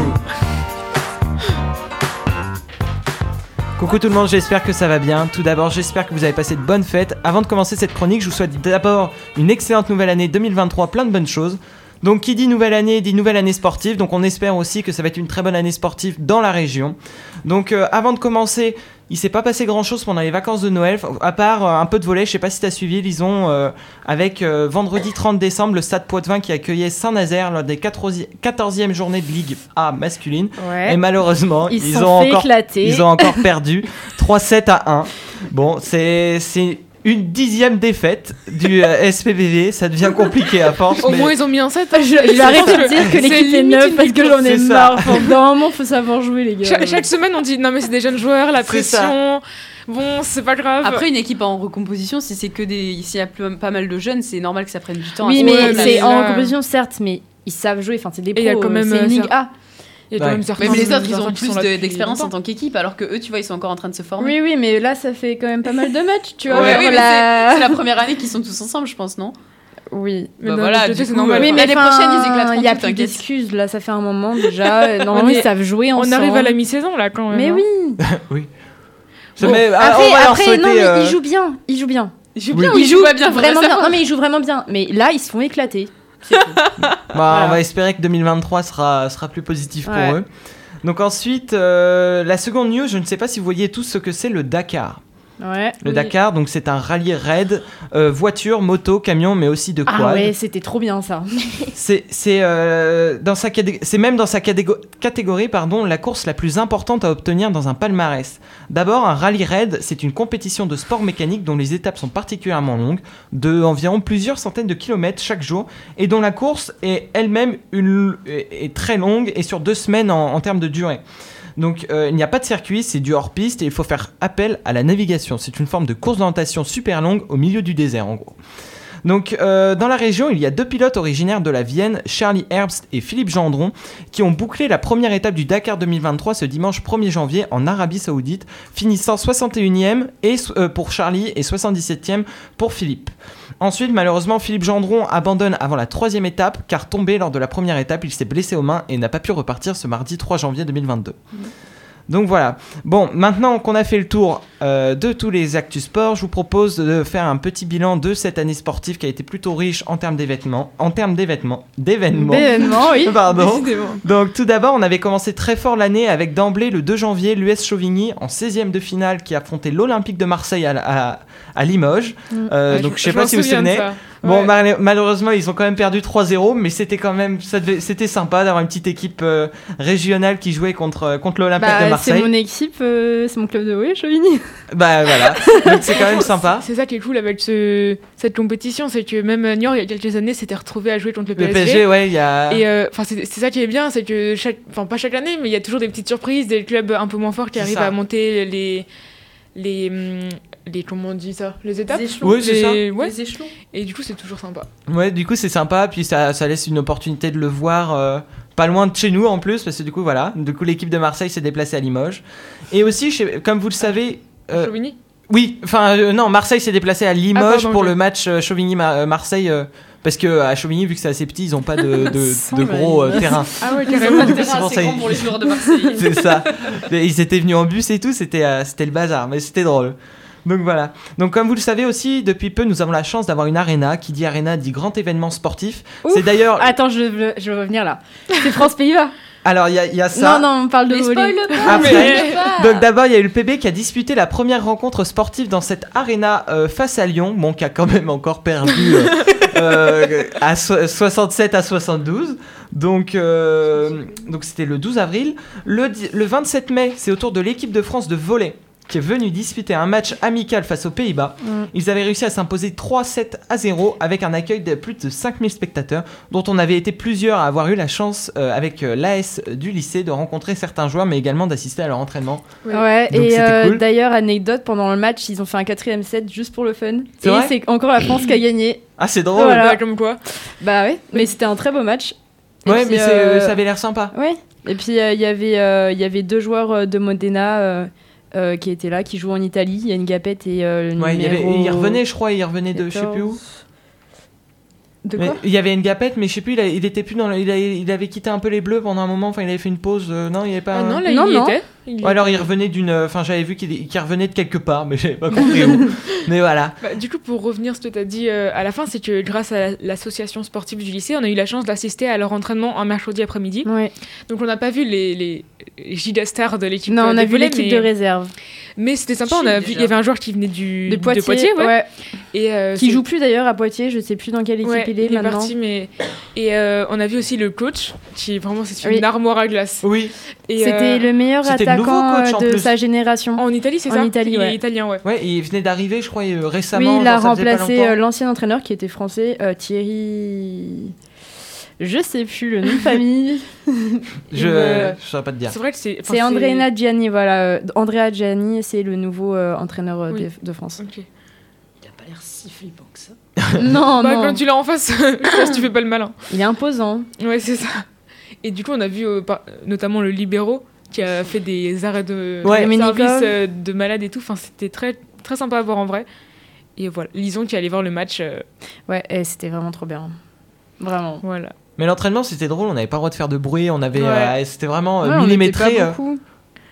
Speaker 6: Coucou tout le monde, j'espère que ça va bien. Tout d'abord, j'espère que vous avez passé de bonnes fêtes. Avant de commencer cette chronique, je vous souhaite d'abord une excellente nouvelle année 2023, plein de bonnes choses. Donc qui dit nouvelle année dit nouvelle année sportive. Donc on espère aussi que ça va être une très bonne année sportive dans la région. Donc euh, avant de commencer, il s'est pas passé grand chose pendant les vacances de Noël, à part euh, un peu de volet. Je sais pas si t'as suivi, ils ont euh, avec euh, vendredi 30 décembre le Stade Poitvin qui accueillait Saint-Nazaire lors des 14e 14e journées de Ligue A masculine.
Speaker 4: Ouais.
Speaker 6: Et malheureusement,
Speaker 4: Eh, Ils
Speaker 6: Eh, ils,
Speaker 4: se sont
Speaker 6: ont
Speaker 4: fait
Speaker 6: encore,
Speaker 4: éclater.
Speaker 6: ils
Speaker 4: [laughs]
Speaker 6: ont encore perdu 3-7 à 1. Bon, c'est c'est une dixième défaite du euh, SPBV. Ça devient compliqué à force.
Speaker 5: Au
Speaker 6: mais-
Speaker 5: moins, ils ont mis un 7.
Speaker 4: Je, je vais arrêter de dire que l'équipe est neuve parce que j'en ai
Speaker 6: C'est ça.
Speaker 4: marre. Enfin, Dans un moment, faut savoir jouer, les gars.
Speaker 5: Cha- chaque semaine, on dit non, mais c'est des jeunes joueurs, la
Speaker 6: C'est ça.
Speaker 5: pression. Bon, c'est pas grave.
Speaker 7: Après, une équipe en recomposition, si c'est que des. S'il y a plus- pas mal de jeunes, c'est normal que ça prenne du temps. à
Speaker 4: Oui,
Speaker 7: se
Speaker 4: mais
Speaker 5: Ouais,
Speaker 7: remettre.
Speaker 4: c'est
Speaker 5: mais
Speaker 4: en
Speaker 5: là-
Speaker 4: compétition, certes, mais ils savent jouer. Enfin, c'est des
Speaker 5: Et
Speaker 4: pros.
Speaker 5: il y a quand
Speaker 4: euh,
Speaker 5: même,
Speaker 4: c'est
Speaker 5: euh,
Speaker 4: une Ligue
Speaker 5: ça-
Speaker 4: A.
Speaker 5: il y a quand
Speaker 6: Ouais.
Speaker 5: même
Speaker 7: Ouais,
Speaker 5: certains.
Speaker 7: mais les autres, ils ont
Speaker 5: certains qui
Speaker 7: plus
Speaker 5: sont là
Speaker 7: de-
Speaker 5: depuis
Speaker 7: d'expérience en
Speaker 5: longtemps.
Speaker 7: tant qu'équipe, alors que eux, tu vois, ils sont encore en train de se former.
Speaker 4: Oui, oui, mais là, ça fait quand même pas mal de matchs, tu vois.
Speaker 7: Ouais, oui,
Speaker 4: Pour
Speaker 7: mais
Speaker 4: la-
Speaker 7: C'est la première année qu'ils sont tous ensemble, je pense, non
Speaker 4: Oui.
Speaker 5: Mais
Speaker 7: Bah
Speaker 5: non,
Speaker 7: voilà,
Speaker 5: je
Speaker 7: du
Speaker 5: sais, c'est
Speaker 7: coup,
Speaker 5: normal.
Speaker 7: euh,
Speaker 4: Oui, mais
Speaker 7: L'année
Speaker 4: enfin,
Speaker 7: prochaine, ils éclateront
Speaker 4: Il n'y a
Speaker 7: tout,
Speaker 4: plus
Speaker 7: t'inquiète.
Speaker 4: d'excuses, là, ça fait un moment déjà. Euh,
Speaker 5: On
Speaker 4: Normalement,
Speaker 5: est-
Speaker 4: ils savent jouer
Speaker 5: On
Speaker 4: ensemble.
Speaker 5: arrive à la mi-saison là quand même.
Speaker 4: Mais
Speaker 5: hein.
Speaker 4: oui.
Speaker 6: Ça,
Speaker 4: Bon.
Speaker 6: mais, ah, on
Speaker 4: après,
Speaker 6: va leur
Speaker 4: après
Speaker 6: souhaiter,
Speaker 4: non, mais
Speaker 6: euh,
Speaker 4: ils jouent bien. Ils jouent bien.
Speaker 7: Ils jouent
Speaker 6: Oui.
Speaker 7: bien, ou ils jouent pas bien,
Speaker 4: Vraiment bien.
Speaker 7: faudrait
Speaker 4: Non,
Speaker 7: savoir.
Speaker 4: mais ils jouent vraiment bien. Mais là, ils se font éclater.
Speaker 6: Bah, On va espérer que 2023 sera, sera plus positif
Speaker 4: Ouais.
Speaker 6: pour eux. Donc ensuite, euh, la seconde news, je ne sais pas si vous voyez tous ce que c'est le Dakar.
Speaker 4: Ouais.
Speaker 6: Le Dakar, donc c'est un rallye raid, euh, voiture, moto, camion, mais aussi de quad.
Speaker 4: Ah ouais, c'était trop bien ça.
Speaker 6: C'est c'est, euh, dans sa catég- c'est même dans sa catégo- catégorie pardon, la course la plus importante à obtenir dans un palmarès. D'abord, un rallye raid, c'est une compétition de sport mécanique dont les étapes sont particulièrement longues, de environ plusieurs centaines de kilomètres chaque jour, et dont la course est elle-même une- est est très longue et sur deux semaines en, en termes de durée. Donc euh, il n'y a pas de circuit, c'est du hors-piste et il faut faire appel à la navigation. C'est une forme de course d'orientation super longue au milieu du désert en gros. Donc, euh, dans la région, il y a deux pilotes originaires de la Vienne, Charlie Herbst et Philippe Gendron, qui ont bouclé la première étape du Dakar 2023 ce dimanche 1er janvier en Arabie Saoudite, finissant 61e et, so- euh, pour Charlie et 77e pour Philippe. Ensuite, malheureusement, Philippe Gendron abandonne avant la troisième étape, car tombé lors de la première étape, il s'est blessé aux mains et n'a pas pu repartir ce mardi 3 janvier 2022. Donc voilà. Bon, maintenant qu'on a fait le tour euh, de tous les actus sports, je vous propose de faire un petit bilan de cette année sportive qui a été plutôt riche en termes d'événements, en termes d'événements, d'événements.
Speaker 4: Événement, oui.
Speaker 6: Pardon.
Speaker 4: Décidément.
Speaker 6: Donc tout d'abord, on avait commencé très fort l'année avec d'emblée le 2 janvier l'US Chauvigny en 16e de finale qui affrontait l'Olympique de Marseille à, à- à Limoges. Euh,
Speaker 5: Mm. Ouais,
Speaker 6: donc je sais
Speaker 5: m'en
Speaker 6: pas si vous vous
Speaker 5: souviens de
Speaker 6: souvenez.
Speaker 5: ça.
Speaker 6: Bon,
Speaker 5: Ouais.
Speaker 6: mal- malheureusement, ils ont quand même perdu 3-0, mais c'était quand même, ça devait- c'était sympa d'avoir une petite équipe euh, régionale qui jouait contre, euh, contre l'Olympique de
Speaker 4: Bah, c'est
Speaker 6: Marseille.
Speaker 4: mon équipe, euh, c'est mon club de volley, Chauvigny.
Speaker 5: [laughs]
Speaker 6: Bah voilà, donc c'est quand même sympa.
Speaker 5: C'est ça qui est cool avec ce- cette compétition, c'est que même euh, Niort, il y a quelques années, s'était retrouvé à jouer contre le
Speaker 6: Le
Speaker 5: PSG.
Speaker 6: PSG, ouais, il y a.
Speaker 5: Et euh, enfin, c'est c'est ça qui est bien, c'est que chaque, enfin pas chaque année, mais il y a toujours des petites surprises, des clubs un peu moins forts qui
Speaker 6: C'est
Speaker 5: arrivent
Speaker 6: ça.
Speaker 5: à monter les les hum, les comment on dit ça, les étapes.
Speaker 6: Oui, c'est ça.
Speaker 5: Les- ouais.
Speaker 7: Les échelons.
Speaker 5: Et du coup, c'est toujours sympa.
Speaker 6: Ouais, du coup, c'est sympa, puis ça, ça laisse une opportunité de le voir euh, pas loin de chez nous en plus, parce que du coup, voilà. Du coup, l'équipe de Marseille s'est déplacée à Limoges. Et aussi, je sais- comme vous le savez. euh,
Speaker 5: Chauvigny.
Speaker 6: Oui, enfin euh, non, Marseille s'est déplacé à Limoges
Speaker 5: Ah, pardon,
Speaker 6: pour
Speaker 5: je-
Speaker 6: le match euh, Chauvigny-Marseille parce que euh, à Chauvigny, vu que c'est assez petit, ils ont pas de,
Speaker 5: [laughs]
Speaker 6: de- de,
Speaker 4: Sans
Speaker 6: gros euh, terrain.
Speaker 5: Ah ouais,
Speaker 7: C'est
Speaker 5: carrément.
Speaker 6: pour ça,
Speaker 7: grand
Speaker 6: ils-
Speaker 7: pour les joueurs de Marseille.
Speaker 6: [laughs] c'est ça. Mais Ils étaient venus en bus et tout, c'était euh, c'était le bazar, mais c'était drôle. Donc voilà. Donc comme vous le savez aussi, depuis peu, nous avons la chance d'avoir une arena. Qui dit arena dit grand événement sportif.
Speaker 4: Ouf. Ah.
Speaker 6: C'est d'ailleurs.
Speaker 4: [laughs] Attends, je veux, je veux revenir là. C'est France-Pays-Bas.
Speaker 6: Alors il y, a- il y a ça.
Speaker 4: Non, non, on parle de
Speaker 7: Mais
Speaker 4: volley. [laughs]
Speaker 7: spoil pas
Speaker 6: Après,
Speaker 7: spoil pas.
Speaker 6: Donc d'abord, il y a eu le PB qui a disputé la première rencontre sportive dans cette arena euh, face à Lyon, bon qui a quand même encore perdu euh, euh, à so- 67 à 72. Donc euh, donc c'était le 12 avril. Le, di- le 27 mai, c'est au tour de l'équipe de France de volley qui est venue disputer un match amical face aux Pays-Bas. Ils avaient réussi à s'imposer 3-7 à 0 avec un accueil de plus de 5000 spectateurs dont on avait été plusieurs à avoir eu la chance euh, avec euh, l'AS du lycée de rencontrer certains joueurs mais également d'assister à leur entraînement.
Speaker 4: Ouais,
Speaker 6: Donc
Speaker 4: et
Speaker 6: c'était
Speaker 4: euh,
Speaker 6: cool.
Speaker 4: d'ailleurs, anecdote, pendant le match, ils ont fait un quatrième set juste pour le fun.
Speaker 6: C'est
Speaker 4: et
Speaker 6: vrai
Speaker 4: c'est encore la France qui a gagné.
Speaker 6: Ah, c'est drôle.
Speaker 4: Voilà.
Speaker 5: Bah, comme quoi.
Speaker 4: Bah ouais, mais c'était un très beau match. Et
Speaker 6: Ouais,
Speaker 4: puis,
Speaker 6: mais c'est-
Speaker 4: euh,
Speaker 6: ça avait l'air sympa.
Speaker 4: Ouais. Et puis euh, il y avait euh, il y avait deux joueurs euh, de Modena euh, euh, qui étaient là, qui jouent en Italie. Il y a une gapette et euh, le
Speaker 6: Ouais, il, y avait-
Speaker 4: numéro...
Speaker 6: il revenait, je crois, il revenait de, je sais plus où.
Speaker 4: 14. De
Speaker 6: Mais euh,
Speaker 4: quoi
Speaker 6: il y avait une gapette, mais je sais plus, il, a- il était plus dans, le- il, a- il avait quitté un peu les bleus pendant un moment. Enfin, il avait fait une pause. euh, non, il n'y avait pas.
Speaker 5: Ah non, là,
Speaker 4: Non,
Speaker 5: il y
Speaker 4: non.
Speaker 5: était. Il
Speaker 6: Ouais, alors il revenait d'une. euh, Enfin, j'avais vu qu'il qu'il revenait de quelque part, mais
Speaker 4: [laughs]
Speaker 6: j'avais pas compris où. Mais voilà.
Speaker 5: Bah, du coup, pour revenir sur ce que tu as dit euh, à la fin, c'est que grâce à la- l'association sportive du lycée, on a eu la chance d'assister à leur entraînement un mercredi après-midi.
Speaker 4: Ouais.
Speaker 5: Donc, on n'a pas vu les, les les gigastars de l'équipe
Speaker 4: Non,
Speaker 5: euh,
Speaker 4: on a
Speaker 5: de
Speaker 4: vu
Speaker 5: volley,
Speaker 4: l'équipe
Speaker 5: mais-
Speaker 4: de réserve.
Speaker 5: Mais c'était sympa, on a vu, il y avait un joueur qui venait du,
Speaker 4: De Poitiers,
Speaker 5: ouais.
Speaker 4: ouais.
Speaker 5: Et, euh,
Speaker 4: qui
Speaker 5: c'est-
Speaker 4: joue plus d'ailleurs à Poitiers, je sais plus dans quelle équipe
Speaker 5: ouais,
Speaker 4: il est maintenant.
Speaker 5: parti, mais. Et euh, on a vu aussi le coach, qui vraiment, c'est une
Speaker 4: Oui.
Speaker 5: armoire à glace.
Speaker 6: Oui.
Speaker 5: Et,
Speaker 4: C'était
Speaker 5: euh, Oh,
Speaker 4: le meilleur
Speaker 6: c'était le nouveau
Speaker 4: attaquant
Speaker 6: coach,
Speaker 4: euh,
Speaker 6: en
Speaker 4: de
Speaker 6: plus.
Speaker 4: sa génération.
Speaker 5: En Italie, c'est
Speaker 4: en
Speaker 5: ça
Speaker 4: Italie,
Speaker 5: Il est
Speaker 4: ouais.
Speaker 5: italien, ouais.
Speaker 6: Ouais, il venait d'arriver, je crois, euh,
Speaker 4: Oui,
Speaker 6: récemment.
Speaker 4: il
Speaker 6: genre,
Speaker 4: a
Speaker 6: ça faisait pas
Speaker 4: remplacé
Speaker 6: longtemps.
Speaker 4: euh, l'ancien entraîneur qui était français, euh, Thierry. Je sais plus le nom de famille.
Speaker 6: Je,
Speaker 5: euh,
Speaker 6: je saurais pas te dire.
Speaker 5: C'est vrai que c'est. enfin,
Speaker 4: C'est Andrea Gianni, voilà. euh, Andrea Gianni, c'est le nouveau euh, entraîneur euh,
Speaker 5: Oui.
Speaker 4: de, de
Speaker 6: [laughs]
Speaker 4: France.
Speaker 5: Ok.
Speaker 7: Il a pas l'air si flippant que ça.
Speaker 4: non,
Speaker 5: Bah,
Speaker 4: non.
Speaker 5: quand tu l'as en [laughs] face, je pense que tu fais pas le malin.
Speaker 4: Il est imposant.
Speaker 5: Ouais, c'est ça. Et du coup, on a vu euh, par- notamment le libéraux qui a fait des arrêts de
Speaker 6: Ouais.
Speaker 5: de
Speaker 4: Dominicom.
Speaker 5: service euh, de malade et tout. Enfin, c'était très, très sympa à voir en vrai. Et voilà, Lison qui allait voir le match. euh,
Speaker 4: Ouais, et c'était vraiment trop bien. Vraiment.
Speaker 5: voilà.
Speaker 6: Mais l'entraînement, c'était drôle, on n'avait pas le droit de faire de bruit, on avait.
Speaker 5: Ouais.
Speaker 6: euh, c'était vraiment euh,
Speaker 4: Ouais, on était pas
Speaker 6: millimétré. euh,
Speaker 4: beaucoup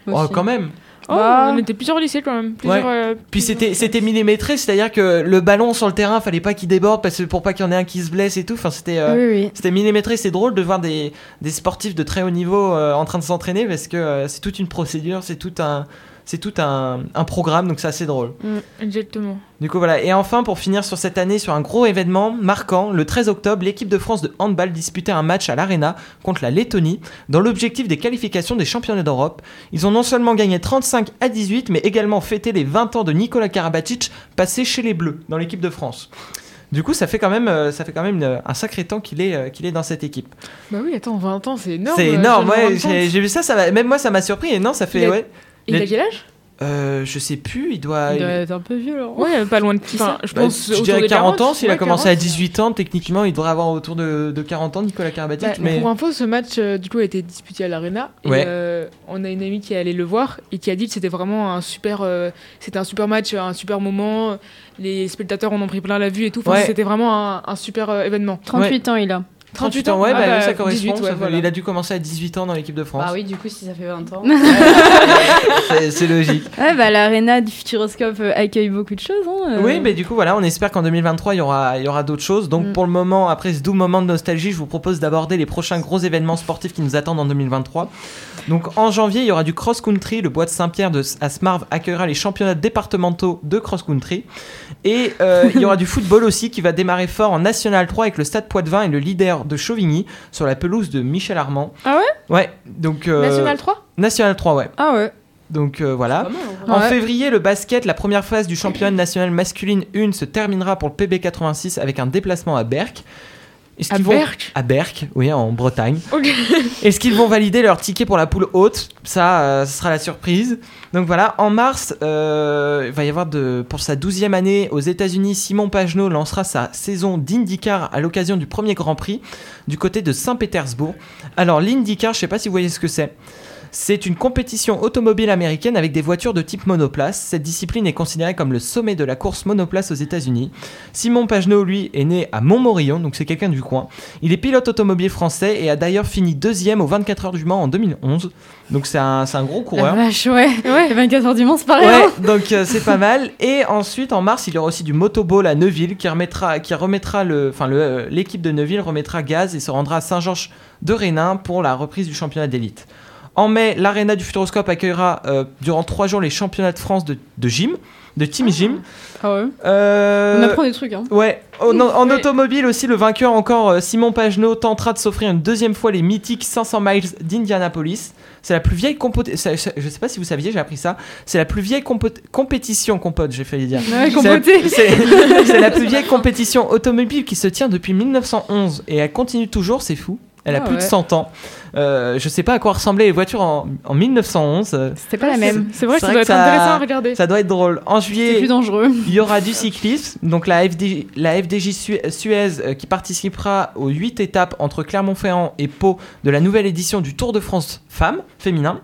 Speaker 6: oh,
Speaker 4: aussi.
Speaker 6: quand même.
Speaker 5: Oh,
Speaker 4: Bah.
Speaker 5: on était plusieurs lycées quand même. Plusieurs, euh,
Speaker 6: Puis
Speaker 5: plusieurs-
Speaker 6: c'était c'était millimétré, c'est-à-dire que le ballon sur le terrain, fallait pas qu'il déborde parce que pour pas qu'il y en ait un qui se blesse et tout. Enfin, c'était euh,
Speaker 4: Oui, oui.
Speaker 6: c'était millimétré, c'est drôle de voir des, des sportifs de très haut niveau euh, en train de s'entraîner parce que euh, c'est toute une procédure, c'est tout un c'est tout un, un programme, donc c'est assez drôle.
Speaker 5: Exactement.
Speaker 6: Du coup voilà. Et enfin pour finir sur cette année, sur un gros événement marquant, le 13 octobre, l'équipe de France de handball disputait un match à l'Arena contre la Lettonie dans l'objectif des qualifications des championnats d'Europe. Ils ont non seulement gagné 35 à 18, mais également fêté les 20 ans de Nicolas Karabatic passé chez les Bleus dans l'équipe de France. Du coup, ça fait quand même, euh, ça fait quand même euh, un sacré temps qu'il est, euh, qu'il est dans cette équipe.
Speaker 5: Bah oui, attends, 20 ans, c'est énorme.
Speaker 6: C'est
Speaker 5: euh, je
Speaker 6: énorme,
Speaker 5: viens de me
Speaker 6: ouais.
Speaker 5: rendre compte.
Speaker 6: J'ai j'ai vu ça, ça m'a- même moi, ça m'a surpris. Et non, ça fait.
Speaker 5: Il a-
Speaker 6: ouais.
Speaker 5: Il
Speaker 6: Les-
Speaker 5: a quel âge
Speaker 6: Euh, je sais plus, ah, il doit.
Speaker 4: Il doit être un peu violent.
Speaker 5: Ouais, pas loin de qui
Speaker 7: ça
Speaker 5: Je
Speaker 6: bah,
Speaker 5: pense
Speaker 6: je
Speaker 5: autour
Speaker 6: dirais
Speaker 5: des
Speaker 6: 40, ans, s'il a
Speaker 5: ouais,
Speaker 6: commencé
Speaker 5: 40.
Speaker 6: à 18 ans, techniquement, il devrait avoir autour de, de 40 ans, Nicolas Karabatic.
Speaker 5: Bah,
Speaker 6: mais...
Speaker 5: Pour info, ce match euh, du coup a été disputé à l'arena. et,
Speaker 6: Ouais.
Speaker 5: euh, on a une amie qui est allée le voir et qui a dit que c'était vraiment un super, euh, c'était un super match, un super moment. Les spectateurs en ont pris plein la vue et tout. Enfin,
Speaker 6: Ouais.
Speaker 5: C'était vraiment un, un super euh, événement.
Speaker 4: 38 ans, il a.
Speaker 6: 38 ans, ouais,
Speaker 5: Ah
Speaker 6: bah,
Speaker 5: bah,
Speaker 6: ça correspond.
Speaker 5: 18, ouais,
Speaker 6: ça fait-
Speaker 5: voilà.
Speaker 6: Il a dû commencer à 18 ans dans l'équipe de France.
Speaker 7: Bah oui, du coup, si ça fait 20 [laughs] ans.
Speaker 6: C'est- C'est logique.
Speaker 4: Ouais, bah l'Arena du Futuroscope euh, accueille beaucoup de choses. hein, euh.
Speaker 6: Oui, mais du coup, voilà, on espère qu'en 2023, il y aura, il y aura d'autres choses. Donc,
Speaker 4: Mm.
Speaker 6: pour le moment, après ce doux moment de nostalgie, je vous propose d'aborder les prochains gros événements sportifs qui nous attendent en 2023. Donc, en janvier, il y aura du cross-country. Le bois de Saint-Pierre de, à Smarve accueillera les championnats départementaux de cross-country. Et euh, il y aura du football aussi qui va démarrer fort en National 3 avec le Stade Poitvin et le leader de Chauvigny sur la pelouse de Michel Armand.
Speaker 4: Ah
Speaker 6: ouais Ouais, donc. euh,
Speaker 5: National 3
Speaker 6: National 3, ouais.
Speaker 4: Ah ouais.
Speaker 6: Donc euh, voilà.
Speaker 7: Pas mal, hein. en vrai.
Speaker 6: En
Speaker 4: Ouais.
Speaker 6: février, le basket, la première phase du championnat national masculine 1 se terminera pour le PB86 avec un déplacement à Berck. Est-ce
Speaker 5: À
Speaker 6: qu'ils vont-
Speaker 5: Berck
Speaker 6: À Berck, oui, en Bretagne.
Speaker 5: Ok.
Speaker 6: Est-ce qu'ils vont valider leur ticket pour la poule haute Ça, euh, ce sera la surprise. Donc voilà, en mars, euh, il va y avoir de, pour sa 12e année aux États-Unis, Simon Pagenaud lancera sa saison d'IndyCar à l'occasion du premier Grand Prix du côté de Saint-Pétersbourg. Alors, l'IndyCar, je sais pas si vous voyez ce que c'est. C'est une compétition automobile américaine avec des voitures de type monoplace. Cette discipline est considérée comme le sommet de la course monoplace aux États-Unis. Simon Pagenaud, lui, est né à Montmorillon, donc c'est quelqu'un du coin. Il est pilote automobile français et a d'ailleurs fini deuxième aux 24 heures du Mans en 2011. Donc c'est un, c'est un gros
Speaker 4: La
Speaker 6: coureur.
Speaker 4: vache,
Speaker 8: [laughs]
Speaker 4: ouais. Les 24 heures du Mans, c'est pareil.
Speaker 6: Ouais,
Speaker 4: hein.
Speaker 6: donc euh, c'est pas mal. Et ensuite, en mars, il y aura aussi du motoball à Neuville qui remettra, qui remettra le, enfin le, euh, l'équipe de Neuville remettra gaz et se rendra à Saint-Georges de Rénin pour la reprise du championnat d'élite. En mai, l'aréna du Futuroscope accueillera euh, durant trois jours les championnats de France de, de gym, de team gym.
Speaker 4: Ah ouais.
Speaker 6: Euh,
Speaker 4: On apprend des trucs, hein.
Speaker 6: Ouais, en, en automobile aussi, le vainqueur encore, euh, Simon Pagenaud, tentera de s'offrir une deuxième fois les mythiques 500 miles d'Indianapolis. C'est la plus vieille compétition. Je sais pas si vous saviez, j'ai appris ça. C'est la plus vieille compo- compétition, compote, j'ai failli dire.
Speaker 4: Ouais,
Speaker 6: C'est la-
Speaker 4: compoté.
Speaker 6: [laughs] C'est c'est la plus vieille compétition automobile qui se tient depuis 1911 et elle continue toujours, c'est fou. Elle a
Speaker 4: Ah
Speaker 6: plus de
Speaker 4: ouais.
Speaker 6: 100 ans. Euh, je sais pas à quoi ressemblaient les voitures en, en 1911. euh,
Speaker 4: C'était pas la même.
Speaker 5: Ah, C'est vrai que
Speaker 6: C'est
Speaker 5: ça doit
Speaker 6: vrai que
Speaker 5: être
Speaker 6: ça-
Speaker 5: intéressant à regarder.
Speaker 6: Ça doit être drôle.
Speaker 4: [laughs]
Speaker 6: En
Speaker 4: C'est
Speaker 6: juillet,
Speaker 4: plus dangereux.
Speaker 6: il y aura du cyclisme, donc la, FD la FDJ Su- Suez euh, qui participera aux 8 étapes entre Clermont-Ferrand et Pau de la nouvelle édition du Tour de France Femmes, féminin.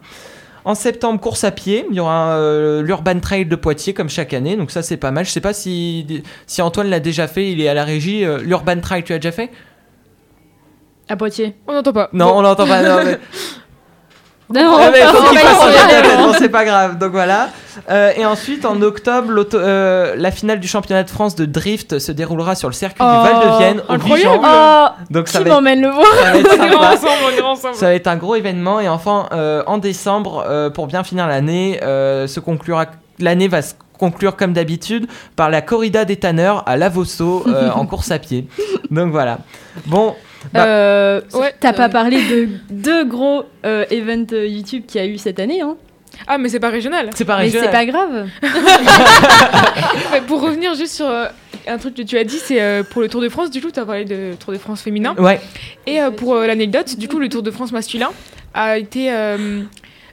Speaker 6: En septembre, course à pied, il y aura euh, l'Urban Trail de Poitiers comme chaque année, donc ça c'est pas mal. Je sais pas si, si Antoine l'a déjà fait, il est à la régie. Euh, L'Urban Trail, tu l'as déjà fait
Speaker 4: À Poitiers.
Speaker 5: On n'entend pas.
Speaker 6: Non,
Speaker 5: Bon.
Speaker 6: on l'entend pas. non, mais-
Speaker 8: Non,
Speaker 6: Ah, mais
Speaker 8: on
Speaker 6: faut
Speaker 8: va
Speaker 6: qu'il
Speaker 8: pas
Speaker 6: fasse
Speaker 8: y
Speaker 6: un
Speaker 8: revenir.
Speaker 6: appel, bon, c'est pas grave. Donc voilà. Euh, et ensuite, en octobre, l'auto- euh, la finale du championnat de France de drift se déroulera sur le circuit
Speaker 4: Oh,
Speaker 6: du Val de Vienne au
Speaker 4: incroyable.
Speaker 6: Dijon.
Speaker 4: Oh,
Speaker 6: Donc ça
Speaker 4: qui
Speaker 6: va, être,
Speaker 4: m'emmène le voir
Speaker 6: ça va être
Speaker 5: On ira [laughs]
Speaker 6: sympa.
Speaker 5: ensemble, on ira ensemble.
Speaker 6: Ça va être un gros événement et enfin euh, en décembre euh, pour bien finir l'année euh, se conclura l'année va se conclure comme d'habitude par la corrida des tanneurs à Lavosso euh, en course à pied. Donc voilà. Bon, Bah-
Speaker 4: Euh,
Speaker 5: Ouais.
Speaker 4: T'as pas parlé de deux gros euh, events euh, YouTube qu'il y a eu cette année, hein
Speaker 5: Ah, mais c'est pas
Speaker 6: [laughs]
Speaker 5: régional.
Speaker 6: c'est pas
Speaker 4: Mais
Speaker 6: régional.
Speaker 4: c'est pas grave.
Speaker 5: Mais pour revenir juste sur euh, un truc que tu as dit, c'est euh, pour le Tour de France, du coup, tu as parlé de Tour de France féminin.
Speaker 6: Ouais,
Speaker 5: Et euh, pour euh, l'anecdote, du coup, le Tour de France masculin a été. euh,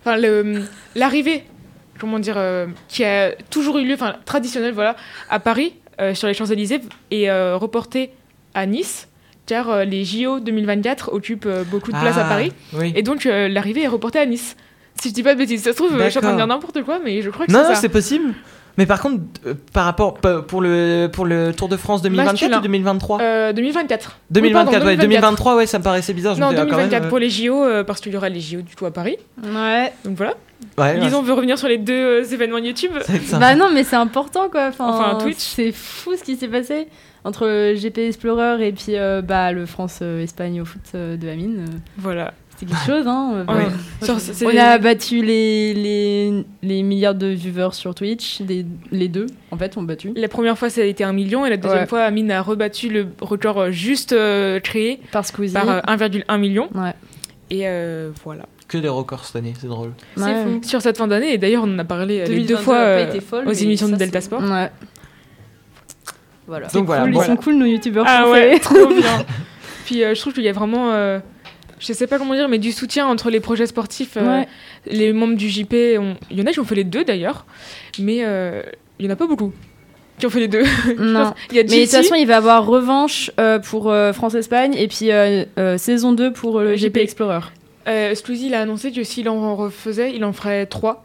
Speaker 5: Enfin, le- l'arrivée, comment dire, euh, qui a toujours eu lieu, enfin, traditionnelle, voilà, à Paris, euh, sur les Champs-Élysées, et euh, reportée à Nice, car euh, les JO 2024 occupent euh, beaucoup de place à
Speaker 6: Ah,
Speaker 5: Paris.
Speaker 6: oui.
Speaker 5: Et donc, euh, l'arrivée est reportée à Nice. Si je dis pas de bêtises, ça se trouve, euh, je suis en train de dire
Speaker 6: D'accord.
Speaker 5: n'importe quoi, mais je crois que
Speaker 6: Non,
Speaker 5: c'est
Speaker 6: non,
Speaker 5: ça.
Speaker 6: c'est possible. Mais par contre, euh, par rapport pe- pour le pour le Tour de France 2024
Speaker 5: Masculin.
Speaker 6: ou 2023
Speaker 5: Euh, 2024. Oui,
Speaker 6: 2024,
Speaker 5: pardon,
Speaker 6: ouais, 2023, ouais, ça me paraissait bizarre. je me
Speaker 5: Non,
Speaker 6: disais, ah, quand même,
Speaker 5: 2024
Speaker 6: euh,
Speaker 5: pour les JO, euh, parce qu'il y aura les JO du coup à Paris.
Speaker 4: Ouais.
Speaker 5: Donc voilà.
Speaker 6: euh,
Speaker 7: Ah,
Speaker 6: ouais, ouais,
Speaker 5: Disons, on veut revenir sur les deux euh, événements YouTube.
Speaker 6: [laughs] ça va être
Speaker 4: Bah
Speaker 6: sympa.
Speaker 4: non, mais c'est important quoi. Enfin,
Speaker 5: Enfin, Twitch.
Speaker 4: C'est fou ce qui s'est passé entre euh, GP Explorer et puis euh, bah, le France-Espagne au foot euh, de la mine. euh,
Speaker 5: Voilà.
Speaker 4: C'était quelque chose, hein.
Speaker 5: Ouais.
Speaker 4: euh,
Speaker 5: Sur- c'est-
Speaker 4: On a battu les, les, les milliards de viewers sur Twitch, des- les deux, en fait, ont battu.
Speaker 5: La première fois, ça a été un million, et la deuxième
Speaker 4: Ouais.
Speaker 5: fois, Amine a rebattu le record euh, juste euh, créé
Speaker 4: Par Squeezie.
Speaker 5: par euh, 1,1 million.
Speaker 4: Ouais.
Speaker 5: Et euh, voilà.
Speaker 6: Que des records cette année, c'est drôle.
Speaker 4: Ouais.
Speaker 7: fou.
Speaker 5: Sur cette fin d'année, et d'ailleurs, on en a parlé euh, les deux
Speaker 7: 2022
Speaker 5: fois
Speaker 7: a pas
Speaker 5: euh,
Speaker 7: été folle,
Speaker 5: aux
Speaker 7: mais
Speaker 5: émissions de
Speaker 7: ça,
Speaker 5: Delta
Speaker 7: c'est-
Speaker 5: Sport.
Speaker 4: Ouais.
Speaker 7: Voilà.
Speaker 6: Donc voilà.
Speaker 4: Cool,
Speaker 6: bon.
Speaker 4: Ils sont cool, nos youtubeurs
Speaker 5: Ah
Speaker 4: français. [laughs]
Speaker 5: ouais, trop bien. Puis euh, je trouve qu'il y a vraiment, euh, je sais pas comment dire, mais du soutien entre les projets sportifs. euh,
Speaker 4: Ouais.
Speaker 5: Les membres du JP, ont- il y en a qui ont fait les deux d'ailleurs, mais euh, il y en a pas beaucoup qui ont fait les deux. [laughs] Je
Speaker 4: Non.
Speaker 5: pense- Il y a
Speaker 4: Mais de toute
Speaker 5: JT,
Speaker 4: façon, il va y avoir revanche euh, pour euh, France-Espagne et puis euh, euh, saison 2 pour euh, le
Speaker 5: Le
Speaker 4: GP
Speaker 5: GP.
Speaker 4: Explorer.
Speaker 5: euh, Squeezie, il a annoncé que s'il en refaisait, il en ferait trois.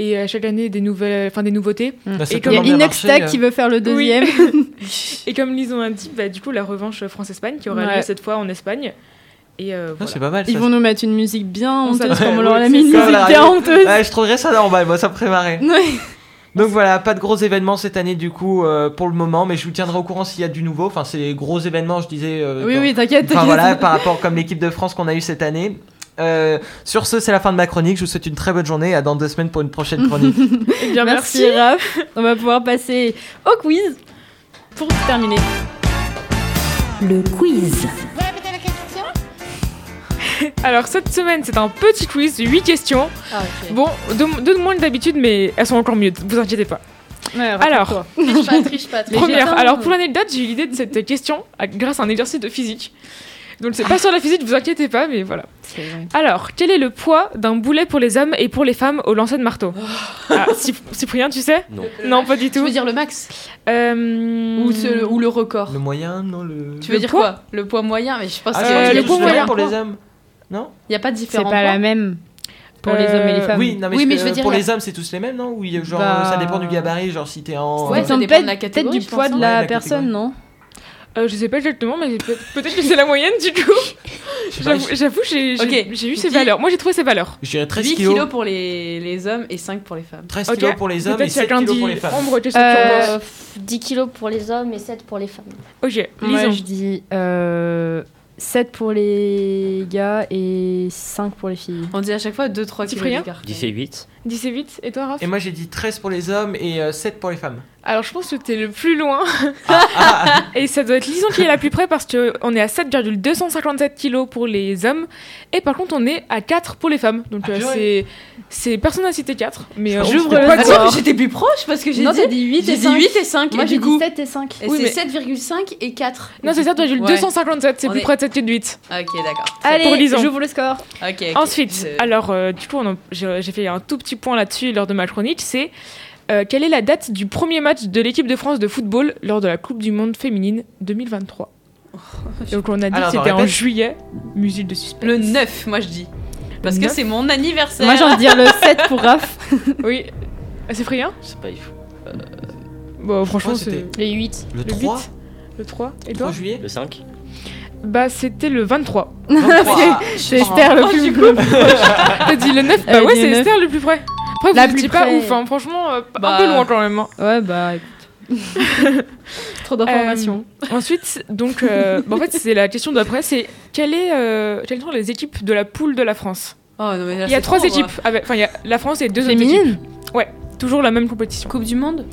Speaker 5: Et euh, chaque année, des, nouvelles, enfin, des nouveautés.
Speaker 6: Là, Bah,
Speaker 4: Il
Speaker 5: Et
Speaker 6: ça
Speaker 4: y a
Speaker 5: Comment
Speaker 6: commence à
Speaker 4: Inoxtag
Speaker 6: marcher,
Speaker 4: qui
Speaker 6: euh.
Speaker 4: veut faire le deuxième. [laughs]
Speaker 5: Et comme Lise a dit, bah, du coup, la revanche France-Espagne qui aura
Speaker 4: Ouais.
Speaker 5: lieu cette fois en Espagne. Et euh,
Speaker 6: Non,
Speaker 5: voilà.
Speaker 6: c'est pas mal.
Speaker 4: Ils
Speaker 6: ça.
Speaker 4: vont nous mettre une musique bien
Speaker 5: On
Speaker 4: honteuse
Speaker 5: s'attend-
Speaker 4: comme on
Speaker 5: Ouais,
Speaker 4: leur a
Speaker 5: oui,
Speaker 4: mis une
Speaker 5: c'est
Speaker 6: ça,
Speaker 4: musique
Speaker 6: la
Speaker 4: bien
Speaker 6: radio.
Speaker 4: honteuse.
Speaker 6: Ouais, je trouverais ça normal, moi ça me ferait marrer.
Speaker 4: [laughs] Ouais.
Speaker 6: Donc voilà, pas de gros événements cette année du coup euh, pour le moment, mais je vous tiendrai au courant s'il y a du nouveau. Enfin, c'est les gros événements, je disais. euh,
Speaker 4: Oui,
Speaker 6: dans-
Speaker 4: oui, [laughs] t'inquiète.
Speaker 6: Enfin
Speaker 4: t'inquiète.
Speaker 6: voilà, par rapport comme l'équipe de France qu'on a eu cette année. Euh, sur ce, c'est la fin de ma chronique. Je vous souhaite une très bonne journée. À dans deux semaines pour une prochaine chronique.
Speaker 5: Eh bien, merci.
Speaker 4: Merci Raph. On va pouvoir passer au quiz pour terminer.
Speaker 1: Le quiz.
Speaker 5: Alors, cette semaine, c'est un petit quiz de 8 questions.
Speaker 7: Ah, ok.
Speaker 5: Bon, deux, deux de moins que d'habitude, mais elles sont encore mieux, vous inquiétez pas.
Speaker 7: Ah, bah,
Speaker 4: Ah,
Speaker 5: Alors,
Speaker 7: Triche [laughs] pas, triche pas. triche
Speaker 5: première.
Speaker 4: attends.
Speaker 5: Alors, pour l'anecdote, j'ai eu l'idée de cette question à- grâce à un exercice de physique. Donc, c'est pas sur la physique, vous inquiétez pas, mais voilà. Alors, quel est le poids d'un boulet pour les hommes et pour les femmes au lancer de marteau Ah, Cyp- Cyprien, tu sais
Speaker 9: Non.
Speaker 5: Non, pas du
Speaker 7: Tu
Speaker 5: tout.
Speaker 7: Oh. veux dire le max
Speaker 5: Euh,
Speaker 7: ou, ce- ou le record
Speaker 6: le moyen, non le.
Speaker 7: Tu veux
Speaker 5: Le
Speaker 7: dire
Speaker 5: poids
Speaker 7: quoi Le poids moyen Mais je pense
Speaker 6: Ah,
Speaker 7: que
Speaker 5: Euh,
Speaker 6: c'est
Speaker 5: le
Speaker 6: le
Speaker 5: poids
Speaker 6: poids
Speaker 5: moyen.
Speaker 6: pour les hommes. Non
Speaker 7: Il n'y a pas de
Speaker 4: C'est
Speaker 7: différent.
Speaker 4: pas la même pour les
Speaker 5: Euh,
Speaker 4: hommes et les femmes.
Speaker 6: Oui, non, mais,
Speaker 7: Oui,
Speaker 6: je-
Speaker 7: mais je veux
Speaker 6: euh,
Speaker 7: dire,
Speaker 6: pour
Speaker 7: il y a-
Speaker 6: les hommes, c'est tous les mêmes, non Ou il- genre euh,
Speaker 4: Bah-
Speaker 6: ça dépend du gabarit, genre si t'es en.
Speaker 7: Ouais,
Speaker 4: Ça
Speaker 7: ça
Speaker 4: dépend
Speaker 7: dépend de la
Speaker 4: peut-être
Speaker 7: catégorie,
Speaker 4: du
Speaker 7: je
Speaker 4: poids
Speaker 7: pense,
Speaker 4: de
Speaker 6: hein.
Speaker 4: la
Speaker 6: Ouais, la
Speaker 4: personne,
Speaker 6: catégorie.
Speaker 4: non
Speaker 5: euh, je sais pas exactement, mais peut- peut-être que c'est la moyenne du coup.
Speaker 6: Je sais pas,
Speaker 5: J'avoue- J'avoue, j'ai j'ai-
Speaker 7: Ok.
Speaker 5: j'ai eu ces
Speaker 7: Dis-
Speaker 5: valeurs. Moi, j'ai trouvé ces valeurs.
Speaker 6: je dirais 13
Speaker 7: 8
Speaker 6: kilos.
Speaker 7: kilos pour les, les hommes et 5 pour les femmes.
Speaker 6: 13
Speaker 5: Ok.
Speaker 6: kilos pour les hommes et
Speaker 5: Peut-être
Speaker 6: 7
Speaker 5: chacun
Speaker 6: kilos
Speaker 5: dit
Speaker 6: pour les femmes.
Speaker 5: Ombre, qu'est-ce que tu en
Speaker 8: Euh, 10 kilos pour les hommes et 7 pour les femmes.
Speaker 5: penses Ok,
Speaker 4: Moi,
Speaker 5: lisons.
Speaker 4: je dis euh, 7 pour les gars et 5 pour les filles.
Speaker 7: On dit à chaque fois 2-3 kilos
Speaker 5: Cyprien
Speaker 7: d'écart.
Speaker 9: 10 et 8.
Speaker 5: 10 et 8, et toi, Raph
Speaker 6: Et moi j'ai dit 13 pour les hommes et euh, 7 pour les femmes.
Speaker 5: Alors, je pense que t'es le plus loin.
Speaker 6: Ah,
Speaker 5: [laughs] et ça doit être Lison qui est la plus près parce qu'on est à 7,257 kilos pour les hommes. Et par contre, on est à 4 pour les femmes. Donc,
Speaker 6: Ah,
Speaker 5: euh,
Speaker 6: purée.
Speaker 5: c'est c'est personne à citer 4. Mais euh,
Speaker 6: Je
Speaker 5: j'ouvre
Speaker 6: pensais
Speaker 5: le
Speaker 6: pas
Speaker 7: Ah,
Speaker 6: dire-
Speaker 5: vote.
Speaker 7: non, mais j'étais plus proche parce que j'ai
Speaker 4: Non, t'as
Speaker 7: dit,
Speaker 4: dit 8
Speaker 7: j'ai
Speaker 4: et
Speaker 7: dit
Speaker 4: 5.
Speaker 7: 8 et 5.
Speaker 4: Moi,
Speaker 7: et
Speaker 4: j'ai
Speaker 7: du
Speaker 4: dit
Speaker 7: coup,
Speaker 4: 7 et 5.
Speaker 7: et
Speaker 5: Oui, mais-
Speaker 7: c'est 7,5 et 4.
Speaker 5: Non, c'est 7,257, c'est
Speaker 7: On
Speaker 5: plus
Speaker 7: est-
Speaker 5: près de 7,8.
Speaker 7: Ah, Ok, d'accord.
Speaker 5: pour
Speaker 4: Allez,
Speaker 5: Lison.
Speaker 4: j'ouvre le score.
Speaker 7: Ok, ok.
Speaker 5: Ensuite,
Speaker 7: Je-
Speaker 5: alors, euh, du coup, on en- j'ai j'ai fait un tout petit point là-dessus lors de ma chronique c'est. euh, quelle est la date du premier match de l'équipe de France de football lors de la Coupe du Monde féminine
Speaker 4: [laughs]
Speaker 5: 2023 Donc on a dit
Speaker 6: Alors,
Speaker 5: que
Speaker 6: attends,
Speaker 5: c'était en
Speaker 6: répète.
Speaker 5: juillet, musique de suspense.
Speaker 7: Le 9, moi je dis. Parce que
Speaker 5: neuf.
Speaker 7: c'est mon anniversaire.
Speaker 4: Moi, j'ai envie de dire le 7 pour Raph.
Speaker 5: [laughs] Oui. Ah, C'est Frien
Speaker 9: Je sais pas, il faut.
Speaker 5: Bon, franchement,
Speaker 6: Oh, c'était
Speaker 5: c'est
Speaker 8: Le 8.
Speaker 6: Le
Speaker 5: le
Speaker 6: 3
Speaker 5: 8, le 3. Et
Speaker 9: [laughs]
Speaker 6: 3
Speaker 5: toi
Speaker 6: juillet
Speaker 9: Le 5.
Speaker 5: Bah, c'était le
Speaker 4: [laughs]
Speaker 5: 23.
Speaker 4: C'est Esther
Speaker 7: Oh,
Speaker 4: le plus cool.
Speaker 5: T'as dit le 9
Speaker 4: Elle
Speaker 5: Bah, ouais,
Speaker 4: dit
Speaker 5: c'est
Speaker 4: le 9.
Speaker 5: Esther le plus près. Après, vous
Speaker 4: La
Speaker 5: étiez
Speaker 4: plus
Speaker 5: pas
Speaker 4: près.
Speaker 5: ouf, hein, franchement, euh,
Speaker 7: Bah.
Speaker 5: un peu loin quand même. hein.
Speaker 4: Ouais,
Speaker 7: [laughs]
Speaker 4: bah écoute. Trop d'informations.
Speaker 5: Euh, ensuite, donc, euh, bah, en fait, c'est la question d'après c'est quelle est, euh, quelles sont les équipes de la poule de la France
Speaker 7: Oh, non, mais là,
Speaker 5: Il y a
Speaker 7: c'est
Speaker 5: trois
Speaker 7: trop,
Speaker 5: équipes. avec- Enfin, il y a la France et deux autres équipes.
Speaker 4: Euh, Féminine
Speaker 5: Toujours la même compétition.
Speaker 7: Coupe du Monde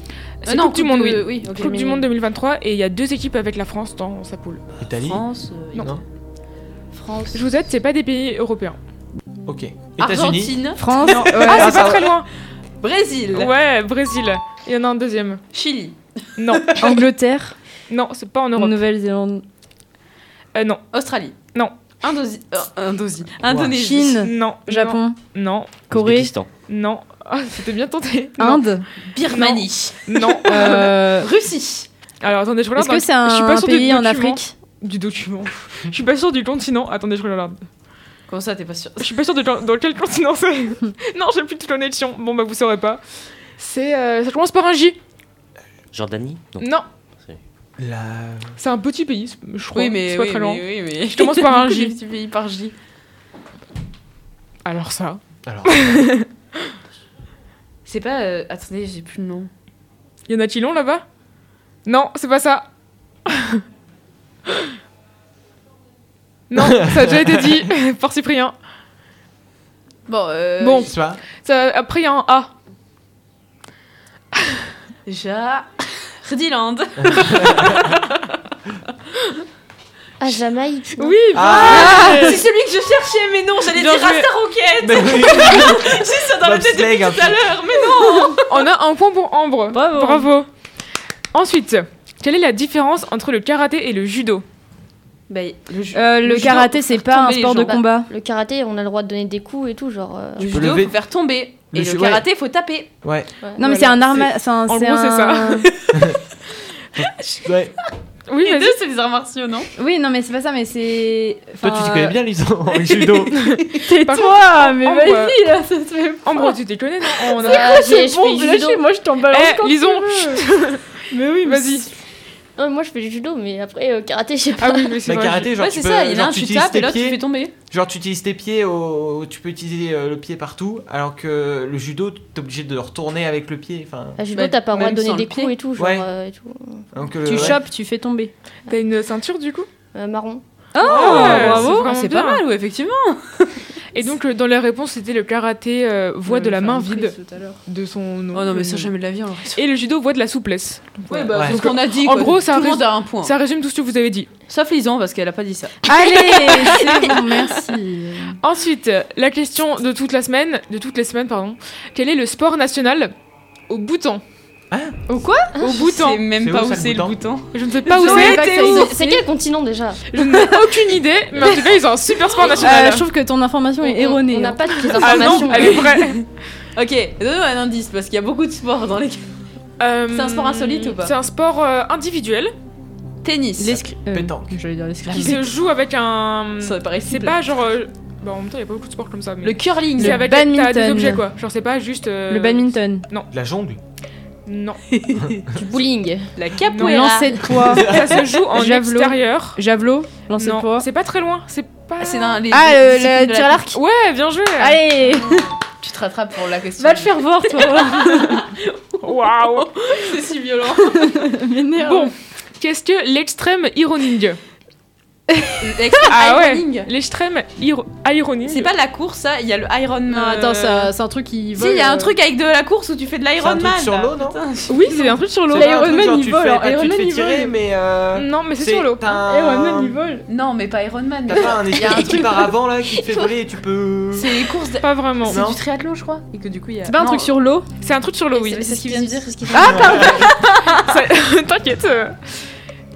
Speaker 5: C'est
Speaker 7: Euh,
Speaker 5: Coupe du Monde, oui.
Speaker 7: oui ok.
Speaker 5: Coupe du
Speaker 7: Féminine.
Speaker 5: Monde 2023 et il y a deux équipes avec la France dans sa poule.
Speaker 6: Italie
Speaker 7: France. euh,
Speaker 6: Non.
Speaker 7: France.
Speaker 5: Je vous aide, c'est pas des pays européens.
Speaker 6: Ok. États-Unis
Speaker 7: Argentine. [laughs]
Speaker 4: France ouais.
Speaker 5: [laughs] Ah,
Speaker 6: Ah,
Speaker 5: c'est pas
Speaker 6: ça-
Speaker 5: très loin.
Speaker 7: Brésil.
Speaker 5: Ouais, Brésil. Il y en a un deuxième.
Speaker 7: Chili.
Speaker 5: Non,
Speaker 4: Angleterre,
Speaker 5: non, c'est pas en Europe.
Speaker 4: Nouvelle-Zélande,
Speaker 5: Euh, non,
Speaker 7: Australie.
Speaker 5: Non.
Speaker 7: Indonésie. Indonésie. Indonésie.
Speaker 4: Chine,
Speaker 5: Euh, non,
Speaker 4: Japon,
Speaker 5: non,
Speaker 4: Corée,
Speaker 9: Ouzbékistan.
Speaker 5: non. Ah, c'était bien tenté. Non,
Speaker 4: Inde.
Speaker 7: Birmanie.
Speaker 5: non.
Speaker 4: [laughs] Euh,
Speaker 7: Russie.
Speaker 5: Alors attendez, je regarde.
Speaker 4: Est-ce que c'est un,
Speaker 5: je suis pas sûre du
Speaker 4: pays en
Speaker 5: document.
Speaker 4: Afrique
Speaker 5: du document. Je suis pas sûre du continent. Attendez, je regarde.
Speaker 7: Comment ça, t'es pas sûr
Speaker 5: Je suis pas sûre de quand- dans quel continent c'est.
Speaker 4: [laughs]
Speaker 5: non, j'ai plus toute connexion. Bon bah vous saurez pas. C'est euh, ça commence par un J.
Speaker 11: Jordanie Non.
Speaker 5: Non,
Speaker 6: La...
Speaker 5: c'est un petit pays, c'est- je crois.
Speaker 7: Oui, mais.
Speaker 5: c'est pas
Speaker 7: oui,
Speaker 5: très
Speaker 7: mais-
Speaker 5: loin.
Speaker 7: oui, mais-
Speaker 5: Je commence par un
Speaker 7: J'ai
Speaker 5: J.
Speaker 7: [laughs] petit pays par J.
Speaker 5: Alors ça.
Speaker 6: Alors, [laughs]
Speaker 7: C'est pas. euh, attendez, j'ai plus le nom.
Speaker 5: Y en a-t-il long là-bas Non, c'est pas ça. [laughs] non, ça a déjà été dit [laughs] par Cyprien.
Speaker 7: Bon. Euh,
Speaker 5: Bon.
Speaker 6: je sais pas.
Speaker 5: Ça, après il y a un
Speaker 4: Ah.
Speaker 5: A.
Speaker 7: Ja. Rediland.
Speaker 8: Ah, Jamaïque. non
Speaker 5: Oui.
Speaker 7: Ah, c'est celui que je cherchais, mais non, j'allais
Speaker 5: Bien
Speaker 7: dire
Speaker 5: joué.
Speaker 7: Rasta Rocket. [laughs]
Speaker 6: Mais [laughs] oui,
Speaker 7: J'ai ça dans la tête
Speaker 6: bobsleigh,
Speaker 7: depuis
Speaker 6: un
Speaker 7: tout à
Speaker 6: peu.
Speaker 7: l'heure, mais non.
Speaker 5: On a un point pour Ambre.
Speaker 7: Bravo.
Speaker 5: Bravo. [laughs] Ensuite, quelle est la différence entre le karaté et le judo
Speaker 7: Bah, le, ju-
Speaker 4: Euh, Le
Speaker 7: judo,
Speaker 4: karaté, c'est pas un
Speaker 7: tomber les
Speaker 4: sport de
Speaker 7: gens.
Speaker 4: combat.
Speaker 8: hein. Le karaté, on a le droit de donner des coups et tout, genre. euh,
Speaker 7: Le
Speaker 6: peux
Speaker 7: judo,
Speaker 6: lever.
Speaker 7: faut faire tomber.
Speaker 6: Le
Speaker 7: et
Speaker 6: ju-
Speaker 7: le
Speaker 6: ouais.
Speaker 7: karaté, faut taper.
Speaker 6: Ouais.
Speaker 4: Non, mais
Speaker 5: Voilà.
Speaker 4: c'est un arme. Oh, C'est un.
Speaker 5: en gros, c'est
Speaker 4: un-
Speaker 6: ouais.
Speaker 5: Oui,
Speaker 7: Les
Speaker 5: vas-y.
Speaker 7: deux, c'est les arts martiaux, non
Speaker 4: Oui, non, mais c'est pas ça, mais c'est.
Speaker 6: Toi, tu t'y connais bien, Lisa, en [laughs] judo.
Speaker 5: Par
Speaker 4: Tais-toi, mais
Speaker 5: Ambre, euh,
Speaker 4: vas-y, là, ça se fait.
Speaker 5: Ambre, tu t'y connais, non On a-
Speaker 8: Ah, j'ai-
Speaker 4: C'est bon,
Speaker 8: je fais du
Speaker 4: lâchez,
Speaker 8: judo.
Speaker 4: moi je t'en balance
Speaker 5: Eh,
Speaker 4: quand
Speaker 5: Lison,
Speaker 4: tu veux.
Speaker 5: Mais oui, vas-y.
Speaker 8: Ouais, moi, je fais du judo, mais après, euh, karaté, je sais pas.
Speaker 5: Ah oui, mais c'est
Speaker 6: Mais
Speaker 5: vrai.
Speaker 6: karaté, genre,
Speaker 7: Ouais,
Speaker 6: tu
Speaker 7: c'est
Speaker 6: peux-
Speaker 7: ça. Il y en a
Speaker 6: genre,
Speaker 7: un,
Speaker 6: tu
Speaker 7: tu
Speaker 6: utilises
Speaker 7: tapes et
Speaker 6: tes
Speaker 7: l'autre, tu
Speaker 6: pieds.
Speaker 7: fais tomber.
Speaker 6: Genre tu utilises tes pieds, au- tu peux utiliser euh, le pied partout, alors que le judo, t'es obligé de retourner avec le pied. Enfin,
Speaker 8: Ah, judo,
Speaker 7: Bah,
Speaker 8: t'as pas le droit de
Speaker 7: même sans
Speaker 8: donner
Speaker 7: le
Speaker 8: des
Speaker 7: pied.
Speaker 8: coups et tout, genre.
Speaker 6: Ouais.
Speaker 8: euh, et tout.
Speaker 6: donc, euh,
Speaker 4: Tu
Speaker 6: ouais.
Speaker 4: chopes, tu fais tomber.
Speaker 5: T'as une ceinture du coup
Speaker 8: Euh, marron.
Speaker 4: Oh,
Speaker 5: Ouais,
Speaker 4: bravo!
Speaker 5: vraiment
Speaker 7: Ah, C'est pas
Speaker 5: bien.
Speaker 7: mal, ouais, effectivement.
Speaker 5: Et donc, euh, dans les réponses, c'était le karaté euh, voix de la main vide de son nom.
Speaker 7: Oh non, mais ça, jamais de la vie, alors.
Speaker 5: Et le judo voit de la souplesse.
Speaker 7: Ouais, bah,
Speaker 6: Ouais.
Speaker 7: c'est ce qu'on a dit.
Speaker 5: En
Speaker 7: quoi.
Speaker 5: gros, ça
Speaker 7: tout le
Speaker 5: reste-
Speaker 7: monde a un point.
Speaker 5: Ça résume tout ce que vous avez dit.
Speaker 7: Sauf Lisan, parce qu'elle a pas dit ça.
Speaker 4: Allez, c'est bon, merci.
Speaker 5: Ensuite, la question de toute la semaine, de toutes les semaines, pardon. Quel est le sport national au Bouton
Speaker 6: Hein
Speaker 5: Au quoi Au
Speaker 7: C'est
Speaker 5: Bouton.
Speaker 7: même
Speaker 6: C'est
Speaker 7: pas
Speaker 6: où,
Speaker 7: où
Speaker 6: ça, le
Speaker 7: c'est le
Speaker 6: bouton
Speaker 7: bouton.
Speaker 5: Je ne sais pas où
Speaker 4: Zoé,
Speaker 5: c'est.
Speaker 4: t'es
Speaker 5: c'est-
Speaker 4: où
Speaker 8: C'est- C'est quel continent déjà
Speaker 5: Je n'ai
Speaker 7: [laughs]
Speaker 5: aucune idée, mais en tout cas, ils ont un super sport
Speaker 4: Euh,
Speaker 5: national.
Speaker 4: je trouve que ton information
Speaker 8: On-
Speaker 4: est
Speaker 8: on-
Speaker 4: erronée.
Speaker 8: On n'a
Speaker 4: hein.
Speaker 8: pas toutes les
Speaker 5: ah
Speaker 8: informations.
Speaker 5: non, elle est vraie.
Speaker 7: Ok, donne-nous un indice, parce qu'il y a beaucoup de sports dans les [laughs]
Speaker 5: Euh,
Speaker 7: C'est un sport insolite ou pas
Speaker 5: C'est un sport euh, individuel
Speaker 7: tennis.
Speaker 4: L'escri- euh,
Speaker 6: Pétanque.
Speaker 4: J'allais dire l'escrime.
Speaker 5: qui se joue avec un.
Speaker 7: Ça paraît
Speaker 5: C'est
Speaker 7: simple.
Speaker 5: pas genre. euh, Bah, en même temps, il y a pas beaucoup de sports comme ça. Mais...
Speaker 7: Le curling.
Speaker 5: c'est
Speaker 4: le
Speaker 5: avec
Speaker 4: badminton.
Speaker 5: t'as des objets quoi. Genre, c'est pas juste. euh,
Speaker 4: Le badminton.
Speaker 6: De la jongle.
Speaker 7: [laughs]
Speaker 5: Non.
Speaker 8: Du bowling.
Speaker 7: La
Speaker 5: Non,
Speaker 7: capoeira.
Speaker 4: Lancer de poids.
Speaker 5: Ça se joue
Speaker 7: [laughs]
Speaker 5: en
Speaker 4: Javelot.
Speaker 5: extérieur.
Speaker 4: Javelot. Lancer de
Speaker 5: Non,
Speaker 4: poids.
Speaker 5: c'est pas très loin. C'est pas.
Speaker 7: C'est dans les.
Speaker 4: Ah, euh,
Speaker 7: les disciplines
Speaker 4: le
Speaker 7: de
Speaker 4: tir à l'arc.
Speaker 5: Ouais, bien joué.
Speaker 4: Allez,
Speaker 7: Tu te rattrapes pour la question.
Speaker 4: va le faire voir, toi.
Speaker 7: [laughs]
Speaker 5: Waouh.
Speaker 7: C'est si [laughs] violent.
Speaker 5: Bon, qu'est-ce que l'extrême ironing Ah
Speaker 7: ah
Speaker 5: ouais.
Speaker 7: ouais.
Speaker 5: L'extrême iro- ironing.
Speaker 7: C'est pas de la course, ça. Il y a le Iron Man. euh,
Speaker 4: c'est un truc qui
Speaker 7: Si, il y a un truc avec de la course où tu fais de
Speaker 6: C'est un
Speaker 7: l'Iron
Speaker 6: truc
Speaker 7: Man.
Speaker 6: sur
Speaker 7: là.
Speaker 6: l'eau, non
Speaker 7: Putain, je-
Speaker 5: Oui, c'est un truc sur l'eau.
Speaker 6: C'est pas un truc,
Speaker 4: Iron Man,
Speaker 6: genre,
Speaker 4: il
Speaker 6: tu
Speaker 4: vole,
Speaker 6: fais-
Speaker 4: alors,
Speaker 6: ah,
Speaker 4: Iron
Speaker 6: Tu te
Speaker 4: Man,
Speaker 6: fais
Speaker 4: il
Speaker 6: tirer,
Speaker 4: vole.
Speaker 6: mais. euh,
Speaker 5: Non, mais Mm. c'est
Speaker 6: c'est-
Speaker 5: sur l'eau.
Speaker 6: T'as un-
Speaker 7: Non, mais pas Iron Man.
Speaker 6: T'as pas un
Speaker 7: Il y a un
Speaker 6: espèce de truc par avant là qui te fait voler et tu peux.
Speaker 7: C'est les courses. de-
Speaker 5: Pas vraiment.
Speaker 7: C'est
Speaker 6: Non.
Speaker 7: du triathlon, je crois. Et que du coup, il y a.
Speaker 4: C'est pas un
Speaker 7: Non,
Speaker 4: truc sur l'eau
Speaker 5: C'est un truc sur l'eau, oui.
Speaker 7: C'est ce qu'il vient de dire.
Speaker 5: Ça- [laughs] T'inquiète. euh,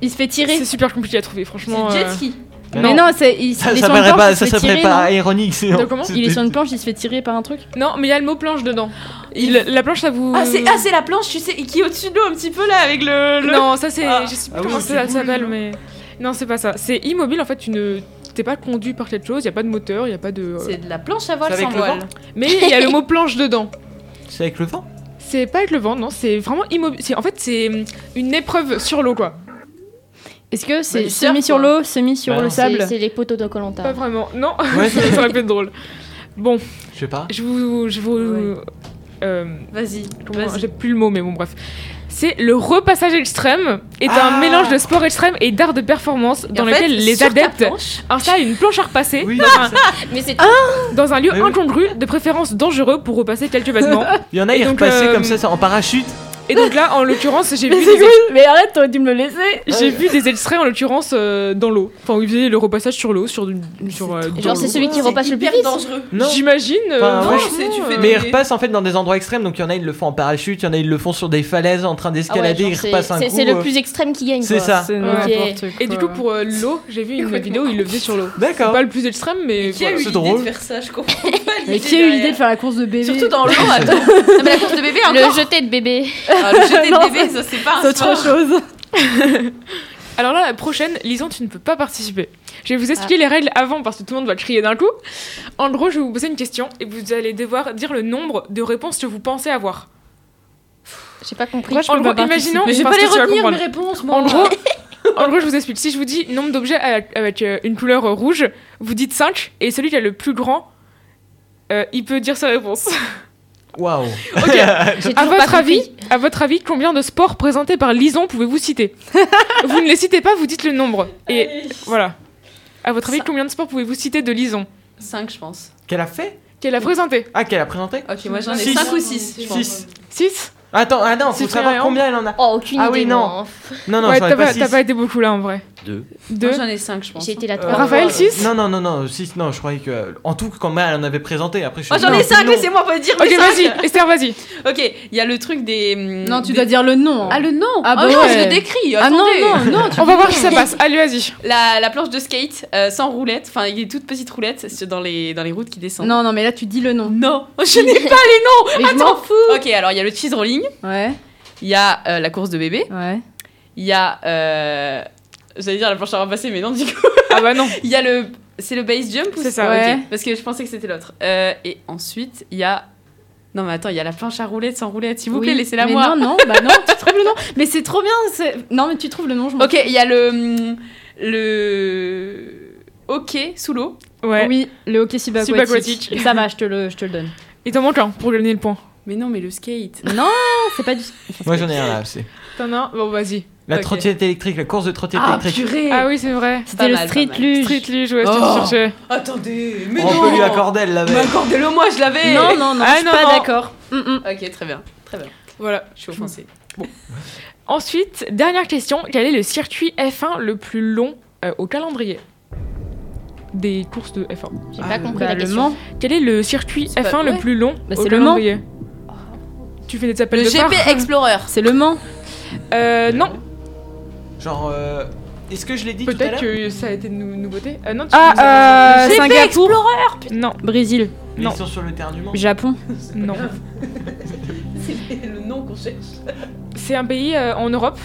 Speaker 4: Il se fait tirer.
Speaker 5: C'est super compliqué à trouver, franchement.
Speaker 7: C'est jet
Speaker 5: euh,
Speaker 7: ski.
Speaker 6: Mais
Speaker 4: Mais
Speaker 6: non.
Speaker 4: non, c'est il
Speaker 6: Ça
Speaker 4: il est
Speaker 6: ça
Speaker 4: sur une
Speaker 6: s'appellerait
Speaker 4: planche,
Speaker 6: pas,
Speaker 4: il se
Speaker 6: ça
Speaker 4: fait
Speaker 6: s'appellerait
Speaker 4: tirer,
Speaker 6: pas ironique, sinon.
Speaker 5: Donc
Speaker 6: [laughs]
Speaker 5: comment
Speaker 4: non Il est sur une planche, il se fait tirer par un truc.
Speaker 5: Non, mais il y a le mot planche dedans. Il- La planche, ça vous.
Speaker 7: Ah, c'est ah, c'est la planche, tu sais, qui est au-dessus de l'eau un petit peu là avec le. le-
Speaker 5: Non, ça c'est.
Speaker 7: Ah.
Speaker 5: Je sais pas
Speaker 6: Ah oui,
Speaker 5: comment
Speaker 6: c'est
Speaker 5: ça
Speaker 6: cool,
Speaker 5: s'appelle,
Speaker 6: non
Speaker 5: mais. Non, c'est pas ça. C'est immobile en fait, tu ne. T'es pas conduit par quelque chose, il y a pas de moteur, il y a pas de. euh.
Speaker 7: C'est de la planche à voile
Speaker 6: C'est
Speaker 7: sans
Speaker 6: avec le
Speaker 7: voile.
Speaker 6: vent
Speaker 5: Mais il y a le mot planche dedans.
Speaker 6: C'est avec le vent
Speaker 5: C'est pas avec le vent, non, c'est vraiment immobile. c'est- En fait, c'est hum, une épreuve sur l'eau quoi.
Speaker 4: Est-ce que
Speaker 7: Bah,
Speaker 4: c'est
Speaker 7: du
Speaker 4: semi
Speaker 7: surf,
Speaker 4: sur
Speaker 7: quoi.
Speaker 4: l'eau, semi sur
Speaker 6: Bah,
Speaker 4: le
Speaker 6: non.
Speaker 4: sable
Speaker 8: C'est- C'est les poteaux de Colanta.
Speaker 5: Pas vraiment. Non, [laughs]
Speaker 6: Ouais.
Speaker 5: ça aurait pu être drôle. Bon,
Speaker 6: Je sais pas.
Speaker 5: je vous. Je vous euh,
Speaker 7: Vas-y,
Speaker 5: comment-
Speaker 7: vas-y.
Speaker 5: J'ai plus le mot, mais bon, bref. C'est le repassage extrême est un
Speaker 6: Ah.
Speaker 5: mélange de sport extrême et d'art de performance
Speaker 7: Et
Speaker 5: dans
Speaker 7: en fait,
Speaker 5: lequel les
Speaker 7: sur ta
Speaker 5: adeptes [laughs]
Speaker 7: planche,
Speaker 5: installent une planche à repasser
Speaker 6: Oui,
Speaker 5: dans, un,
Speaker 8: Mais c'est
Speaker 4: Ah,
Speaker 5: dans un lieu
Speaker 6: Mais oui.
Speaker 5: incongru, de préférence dangereux pour repasser quelques vêtements.
Speaker 6: Il y en a,
Speaker 5: Et
Speaker 6: ils
Speaker 5: donc,
Speaker 6: repassaient
Speaker 5: euh,
Speaker 6: comme ça, ça, en parachute.
Speaker 5: et donc là, en l'occurrence, j'ai
Speaker 4: Mais
Speaker 5: vu, des
Speaker 4: c'est
Speaker 5: ex-
Speaker 4: cool Mais arrête, t'aurais dû me le laisser
Speaker 5: j'ai vu des extraits en l'occurrence euh, dans l'eau. Enfin, où ils faisaient le repassage sur l'eau, sur, du- sur euh, dans
Speaker 8: Genre, c'est
Speaker 5: l'eau.
Speaker 8: celui qui repasse le plus
Speaker 7: hyper
Speaker 8: vite.
Speaker 7: dangereux.
Speaker 6: Non.
Speaker 5: J'imagine. euh,
Speaker 6: Enfin, ouais,
Speaker 5: franchement,
Speaker 7: c'est- tu fais
Speaker 5: euh,
Speaker 6: Mais ils repassent en fait dans des endroits extrêmes, donc il y en a, ils le font en parachute, il y en a, ils le font sur des falaises en train
Speaker 8: Ah ouais,
Speaker 6: d'escalader,
Speaker 8: genre,
Speaker 6: ils
Speaker 8: c'est-
Speaker 6: repassent un
Speaker 8: c'est-
Speaker 6: coup.
Speaker 8: C'est le
Speaker 6: euh,
Speaker 8: plus extrême qui gagne.
Speaker 6: C'est
Speaker 8: quoi.
Speaker 6: ça.
Speaker 4: C'est
Speaker 5: n'importe
Speaker 4: Euh, n'importe
Speaker 5: Et du coup, pour euh, l'eau, j'ai vu une vidéo où ils le faisaient sur l'eau.
Speaker 6: D'accord.
Speaker 5: Pas le plus extrême, mais.
Speaker 7: Qui a
Speaker 5: voilà.
Speaker 7: eu
Speaker 6: c'est
Speaker 7: l'idée
Speaker 6: drôle.
Speaker 7: de faire ça Je comprends pas l'idée.
Speaker 4: Mais qui a eu l'idée
Speaker 7: derrière.
Speaker 4: de faire la course de bébé
Speaker 7: Surtout dans l'eau, attends. Non, mais la course de bébé, encore.
Speaker 8: Le jeté de bébé.
Speaker 7: Ah, le jeter
Speaker 4: Non,
Speaker 7: de bébé, ça, c'est pas un
Speaker 4: C'est autre
Speaker 7: sport.
Speaker 4: chose
Speaker 5: Alors là, la prochaine, Lisan, tu ne peux pas participer. Je vais vous expliquer les règles avant parce que tout le monde va crier d'un coup. En gros, je vais vous poser une question et vous allez devoir dire le nombre de réponses que vous pensez avoir.
Speaker 8: J'ai pas compris.
Speaker 4: Moi, je
Speaker 5: en
Speaker 4: peux
Speaker 5: gros,
Speaker 4: pas participer.
Speaker 5: imaginons.
Speaker 7: Mais je vais
Speaker 5: parce
Speaker 7: pas
Speaker 5: que
Speaker 7: les
Speaker 5: tu vas
Speaker 7: retenir,
Speaker 5: comprendre.
Speaker 7: mes réponses, moi.
Speaker 5: En gros, en gros, je vous explique. Si je vous dis nombre d'objets avec, avec, euh, une couleur euh, rouge, vous dites 5 et celui qui a le plus grand, euh, il peut dire sa réponse. [laughs]
Speaker 6: Waouh.
Speaker 8: J'ai
Speaker 5: À
Speaker 8: toujours pas
Speaker 5: votre,
Speaker 8: compris.
Speaker 5: avis, à votre avis, combien de sports présentés par Lison pouvez-vous citer Vous ne les citez pas, vous dites le nombre. Et voilà. À votre avis,
Speaker 7: Ça-
Speaker 5: combien de sports pouvez-vous citer de Lison
Speaker 7: 5, je pense.
Speaker 6: Qu'elle a fait
Speaker 5: Qu'elle a présenté
Speaker 6: Ah, qu'elle a présenté
Speaker 7: Ok, moi j'en ai
Speaker 6: Six.
Speaker 7: 5 ou 6, je pense.
Speaker 6: 6.
Speaker 5: 6
Speaker 6: Attends, ah non,
Speaker 5: Six
Speaker 6: faut savoir
Speaker 5: frères.
Speaker 6: combien elle en a.
Speaker 8: Oh, aucune
Speaker 6: Ah
Speaker 8: idée.
Speaker 6: oui, non.
Speaker 8: moi, hein.
Speaker 7: Ah
Speaker 6: Non, non,
Speaker 5: Ouais,
Speaker 6: j'aurais
Speaker 5: t'as
Speaker 6: pas
Speaker 5: pas, t'as
Speaker 6: 6.
Speaker 5: pas été beaucoup là en vrai.
Speaker 11: Deux.
Speaker 5: 2
Speaker 7: Moi j'en ai 5, je pense.
Speaker 8: J'ai été la
Speaker 6: Euh,
Speaker 8: troisième.
Speaker 5: Raphaël, six
Speaker 6: Non, non, non, non, 6, non, je croyais que. euh, En tout, quand même, elle en avait présenté. Après, je suis
Speaker 7: Oh, j'en
Speaker 6: non,
Speaker 7: ai 5,
Speaker 6: non.
Speaker 7: laissez-moi pas dire.
Speaker 5: Ok,
Speaker 7: mes
Speaker 5: vas-y,
Speaker 7: cinq.
Speaker 5: Esther, vas-y.
Speaker 7: Ok, il y a le truc des. hum,
Speaker 4: Non, tu
Speaker 7: des-
Speaker 4: dois dire le nom
Speaker 7: Ah, le nom
Speaker 4: Ah, bah
Speaker 7: non,
Speaker 4: ouais.
Speaker 7: je le décris
Speaker 4: Ah non,
Speaker 7: attendez.
Speaker 4: non, non
Speaker 5: [laughs]
Speaker 4: tu [laughs]
Speaker 5: On va
Speaker 4: dis
Speaker 5: voir
Speaker 4: non.
Speaker 5: si ça passe. Allez, vas-y.
Speaker 7: La, la planche de skate euh, sans roulette, enfin, il y a des toutes petites roulettes c'est dans les, dans les routes qui descendent.
Speaker 4: Non, non, mais là, tu dis le nom. [laughs]
Speaker 7: Non, je n'ai pas les
Speaker 4: Mais
Speaker 7: noms
Speaker 4: je m'en
Speaker 7: Attends Ok, alors il y a le cheese rolling,
Speaker 4: Ouais,
Speaker 7: il y a euh, la course de bébé,
Speaker 4: ouais.
Speaker 7: il y a. euh, J'allais dire la planche à repasser, mais non, du coup.
Speaker 5: Ah bah non.
Speaker 7: Il y a le. C'est le base jump ou
Speaker 5: C'est ça,
Speaker 7: Ok,
Speaker 4: ouais.
Speaker 7: Parce que je pensais que c'était l'autre. Euh, et ensuite, il y a. Non, mais attends, il y a la planche à roulette sans roulette, s'il vous plaît,
Speaker 4: Oui.
Speaker 7: laissez-la
Speaker 4: Mais
Speaker 7: moi.
Speaker 4: Non, non, bah non, tu trouves le nom. Mais c'est trop bien. c'est- Non, mais tu trouves le nom, je m'en
Speaker 7: Ok, il y a le. hum, Le. hockey sous l'eau.
Speaker 5: Ouais.
Speaker 4: Oui, le hockey subaquatique.
Speaker 5: Subaquatique.
Speaker 4: [laughs] Ça va, je te le, je te le donne.
Speaker 5: Il t'en manque un pour gagner le point.
Speaker 7: Mais non, mais le skate.
Speaker 4: Non, c'est pas du.
Speaker 6: Moi, j'en ai un là, c'est.
Speaker 5: T'en as un Bon, vas-y.
Speaker 6: La
Speaker 5: Ok.
Speaker 6: trottinette électrique, la course de trottinette
Speaker 7: Ah,
Speaker 6: électrique.
Speaker 7: purée
Speaker 5: Ah oui, c'est vrai.
Speaker 7: Pas
Speaker 4: C'était le
Speaker 7: mal, pas
Speaker 4: street
Speaker 7: mal.
Speaker 4: luge.
Speaker 5: Street Luge, ouais, je
Speaker 7: Oh.
Speaker 5: te cherchais.
Speaker 7: Attendez, mais
Speaker 6: On peut lui accorder, elle
Speaker 7: Mais
Speaker 6: l'avait.
Speaker 7: accordez-le moi, je l'avais Mm,
Speaker 4: Non, non, non,
Speaker 5: Ah,
Speaker 4: je suis
Speaker 5: non,
Speaker 4: pas
Speaker 5: non.
Speaker 4: d'accord. Mm-mm.
Speaker 7: Ok, très bien, très bien.
Speaker 5: Voilà.
Speaker 7: Je suis offensée.
Speaker 5: Ensuite, dernière question. Quel est le circuit F1 le plus long euh, au calendrier des courses de F1
Speaker 8: J'ai
Speaker 6: Ah,
Speaker 8: pas
Speaker 6: le-
Speaker 8: compris
Speaker 4: Bah,
Speaker 8: la
Speaker 4: le
Speaker 8: question.
Speaker 4: Mans.
Speaker 5: Quel est le circuit
Speaker 7: C'est
Speaker 5: F1
Speaker 7: pas-
Speaker 5: le
Speaker 7: ouais.
Speaker 5: plus long
Speaker 4: Bah,
Speaker 5: au
Speaker 4: c'est le Mans.
Speaker 5: calendrier Tu fais des appels
Speaker 7: Le
Speaker 5: de
Speaker 7: GP
Speaker 5: phare
Speaker 7: Explorer.
Speaker 4: C'est le Mans.
Speaker 5: Euh, non,
Speaker 6: Genre, euh, est-ce que je l'ai dit tout à
Speaker 5: peut-être
Speaker 6: l'heure
Speaker 5: que ça a été une nou- nouveauté. Euh, non, tu nous as-
Speaker 4: Ah, euh,
Speaker 5: J'ai-
Speaker 4: Singapour.
Speaker 5: Non,
Speaker 4: Brésil.
Speaker 6: Mais
Speaker 5: non.
Speaker 6: ils sont sur le terrain du monde.
Speaker 4: Japon.
Speaker 5: non.
Speaker 7: C'est le nom qu'on cherche.
Speaker 5: C'est un pays euh, en Europe,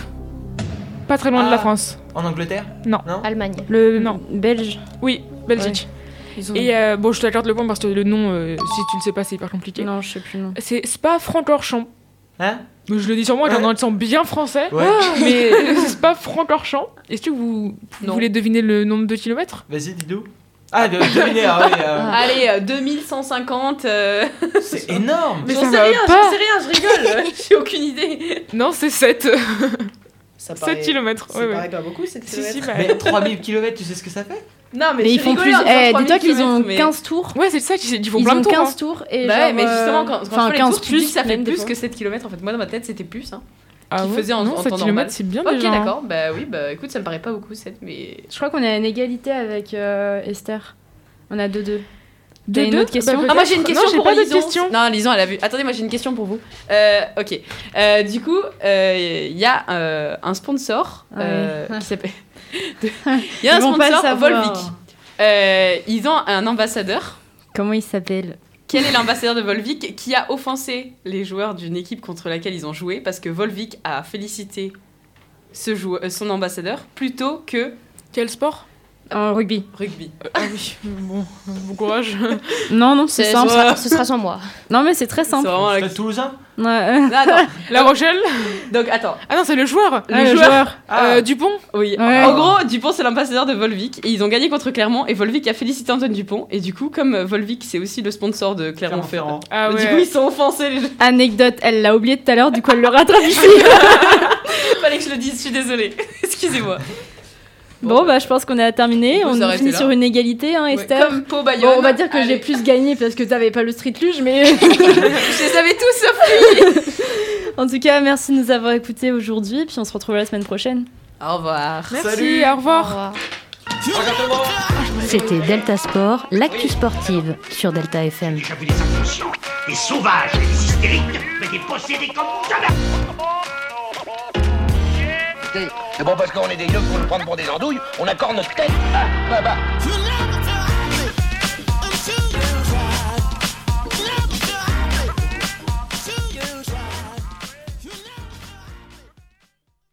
Speaker 5: pas très loin de la
Speaker 6: Ah.
Speaker 5: France.
Speaker 6: En Angleterre
Speaker 5: Non.
Speaker 6: Non
Speaker 8: Allemagne.
Speaker 4: Le
Speaker 5: Non.
Speaker 4: Belge.
Speaker 5: Oui, Belgique. Et euh, bon, je t'accorde le point parce que le nom, euh, si tu le sais pas, c'est hyper compliqué.
Speaker 4: Non, je sais plus le nom.
Speaker 5: C'est Spa Francorchamps.
Speaker 6: Hein
Speaker 5: Mais Je le dis sur moi avec
Speaker 6: Ouais.
Speaker 5: un accent bien
Speaker 7: [laughs]
Speaker 5: français,
Speaker 6: Ouais.
Speaker 5: mais c'est Spa Francorchamps. Est-ce que vous, vous
Speaker 7: Non.
Speaker 5: voulez deviner le nombre de kilomètres
Speaker 6: Vas-y, dis-nous. Ah, de deviner, ah oui.
Speaker 5: [laughs]
Speaker 6: euh,
Speaker 7: Allez, euh, 2150. euh,
Speaker 6: c'est énorme.
Speaker 5: Mais
Speaker 7: j'en
Speaker 5: ça
Speaker 7: sais
Speaker 5: va
Speaker 7: rien,
Speaker 5: pas.
Speaker 7: j'en sais rien, je [laughs] rigole. J'ai aucune idée.
Speaker 5: Non, c'est 7. [laughs]
Speaker 12: Ça
Speaker 5: 7 kilomètres.
Speaker 12: ça
Speaker 5: Ouais, ouais.
Speaker 12: paraît pas beaucoup, c'est
Speaker 5: Si, si, bah-
Speaker 6: Mais 3000 km, tu sais ce que ça fait
Speaker 7: Non, mais, hein,
Speaker 4: Mais
Speaker 7: je
Speaker 4: ils font
Speaker 7: rigolais
Speaker 4: plus.
Speaker 7: en disant
Speaker 4: Eh,
Speaker 7: 3000
Speaker 4: dis-toi qu'ils ont
Speaker 7: kilomètres, mais-
Speaker 4: 15 tours.
Speaker 5: Ouais, c'est ça, ils font
Speaker 4: Ils
Speaker 5: plein
Speaker 4: ont
Speaker 5: de tours. hein.
Speaker 4: 15 tours et
Speaker 7: Bah
Speaker 4: genre,
Speaker 7: ouais, mais justement, quand, quand
Speaker 4: enfin,
Speaker 7: je fais
Speaker 4: 15
Speaker 7: les tours, tu dis
Speaker 4: plus,
Speaker 7: que ça fait
Speaker 4: même des
Speaker 7: plus
Speaker 4: fois.
Speaker 7: que 7 km en fait. Moi dans ma tête c'était plus. Hein.
Speaker 5: Ah
Speaker 7: qu'ils
Speaker 5: ouais
Speaker 7: faisaient en-
Speaker 5: non,
Speaker 7: en
Speaker 5: 7
Speaker 7: temps normal.
Speaker 5: kilomètres, c'est bien
Speaker 7: Ok
Speaker 5: déjà. hein.
Speaker 7: d'accord, bah oui, bah écoute ça me paraît pas beaucoup 7 mais...
Speaker 4: Je crois qu'on est à une égalité avec euh, Esther. On a 2-2.
Speaker 5: Deux,
Speaker 4: T'as une
Speaker 5: deux
Speaker 4: autre question
Speaker 5: Bah,
Speaker 7: Ah moi j'ai une
Speaker 5: peut-être.
Speaker 7: question
Speaker 5: non, j'ai
Speaker 7: pour
Speaker 5: pas d'autres
Speaker 7: Lison.
Speaker 5: questions.
Speaker 7: Non Lison elle a vu. Attendez moi j'ai une question pour vous. Euh, ok. Euh, du coup euh, il y a euh, un sponsor euh,
Speaker 4: Ouais.
Speaker 7: qui s'appelle. de- Il y a un
Speaker 4: Ils vont pas le
Speaker 7: sponsor
Speaker 4: savoir.
Speaker 7: Volvic. Euh, ils ont un ambassadeur.
Speaker 4: Comment il s'appelle
Speaker 7: Quel est l'ambassadeur de Volvic qui a offensé les joueurs d'une équipe contre laquelle ils ont joué parce que Volvic a félicité ce joueur, euh, son ambassadeur plutôt que
Speaker 5: Quel sport
Speaker 4: En rugby.
Speaker 7: Rugby. Euh,
Speaker 5: Ah oui, bon,
Speaker 7: Ah,
Speaker 5: bon courage.
Speaker 4: Non, non, c'est
Speaker 8: C'est-
Speaker 4: simple.
Speaker 8: ce sera- ce sera sans moi.
Speaker 4: Non, mais c'est très simple.
Speaker 7: vraiment la-
Speaker 6: C'est Toulousain
Speaker 4: Ouais, euh,
Speaker 7: Ah, attends.
Speaker 5: [laughs] La Rochelle
Speaker 7: Donc attends.
Speaker 5: Ah non, c'est le joueur
Speaker 7: Le
Speaker 5: Ah,
Speaker 7: joueur.
Speaker 5: Euh, Dupont
Speaker 7: Oui.
Speaker 4: Ouais.
Speaker 7: En gros, Dupont c'est l'ambassadeur de Volvic et ils ont gagné contre Clermont et Volvic a félicité Antoine Dupont et du coup comme euh, Volvic c'est aussi le sponsor de Clermont-Ferrand.
Speaker 5: Ah
Speaker 7: Du
Speaker 5: ouais.
Speaker 7: coup ils sont offensés les gens. [laughs]
Speaker 4: Anecdote, elle l'a oublié tout à l'heure, du coup elle le rattrape ici.
Speaker 7: Fallait que je le dise, je suis désolée. [laughs] Excusez-moi.
Speaker 4: [laughs] Bon, bah je pense qu'on a terminé.
Speaker 7: Vous
Speaker 4: On
Speaker 7: arrêtez
Speaker 4: finit
Speaker 7: là.
Speaker 4: sur une égalité, hein,
Speaker 7: Ouais.
Speaker 4: Esther.
Speaker 7: Comme Pau
Speaker 4: Bon,
Speaker 7: Bayonne.
Speaker 4: on va dire que j'ai
Speaker 7: Allez.
Speaker 4: plus gagné parce que t'avais pas le street luge, mais [laughs]
Speaker 7: Je les avais tous sauf
Speaker 4: en tout cas, merci de nous avoir écoutés aujourd'hui. Puis on se retrouve la semaine prochaine.
Speaker 7: Au revoir.
Speaker 5: Merci, au revoir.
Speaker 1: C'était Delta Sport, l'actu sportive sur Delta FM.
Speaker 2: J'ai vu des inconscients, des sauvages, des hystériques, mais des possédés comme jamais
Speaker 3: Eh ben, C'est bon parce qu'on est des yeux pour nous prendre pour des andouilles, on accorde notre tête. Ah, bah, bah.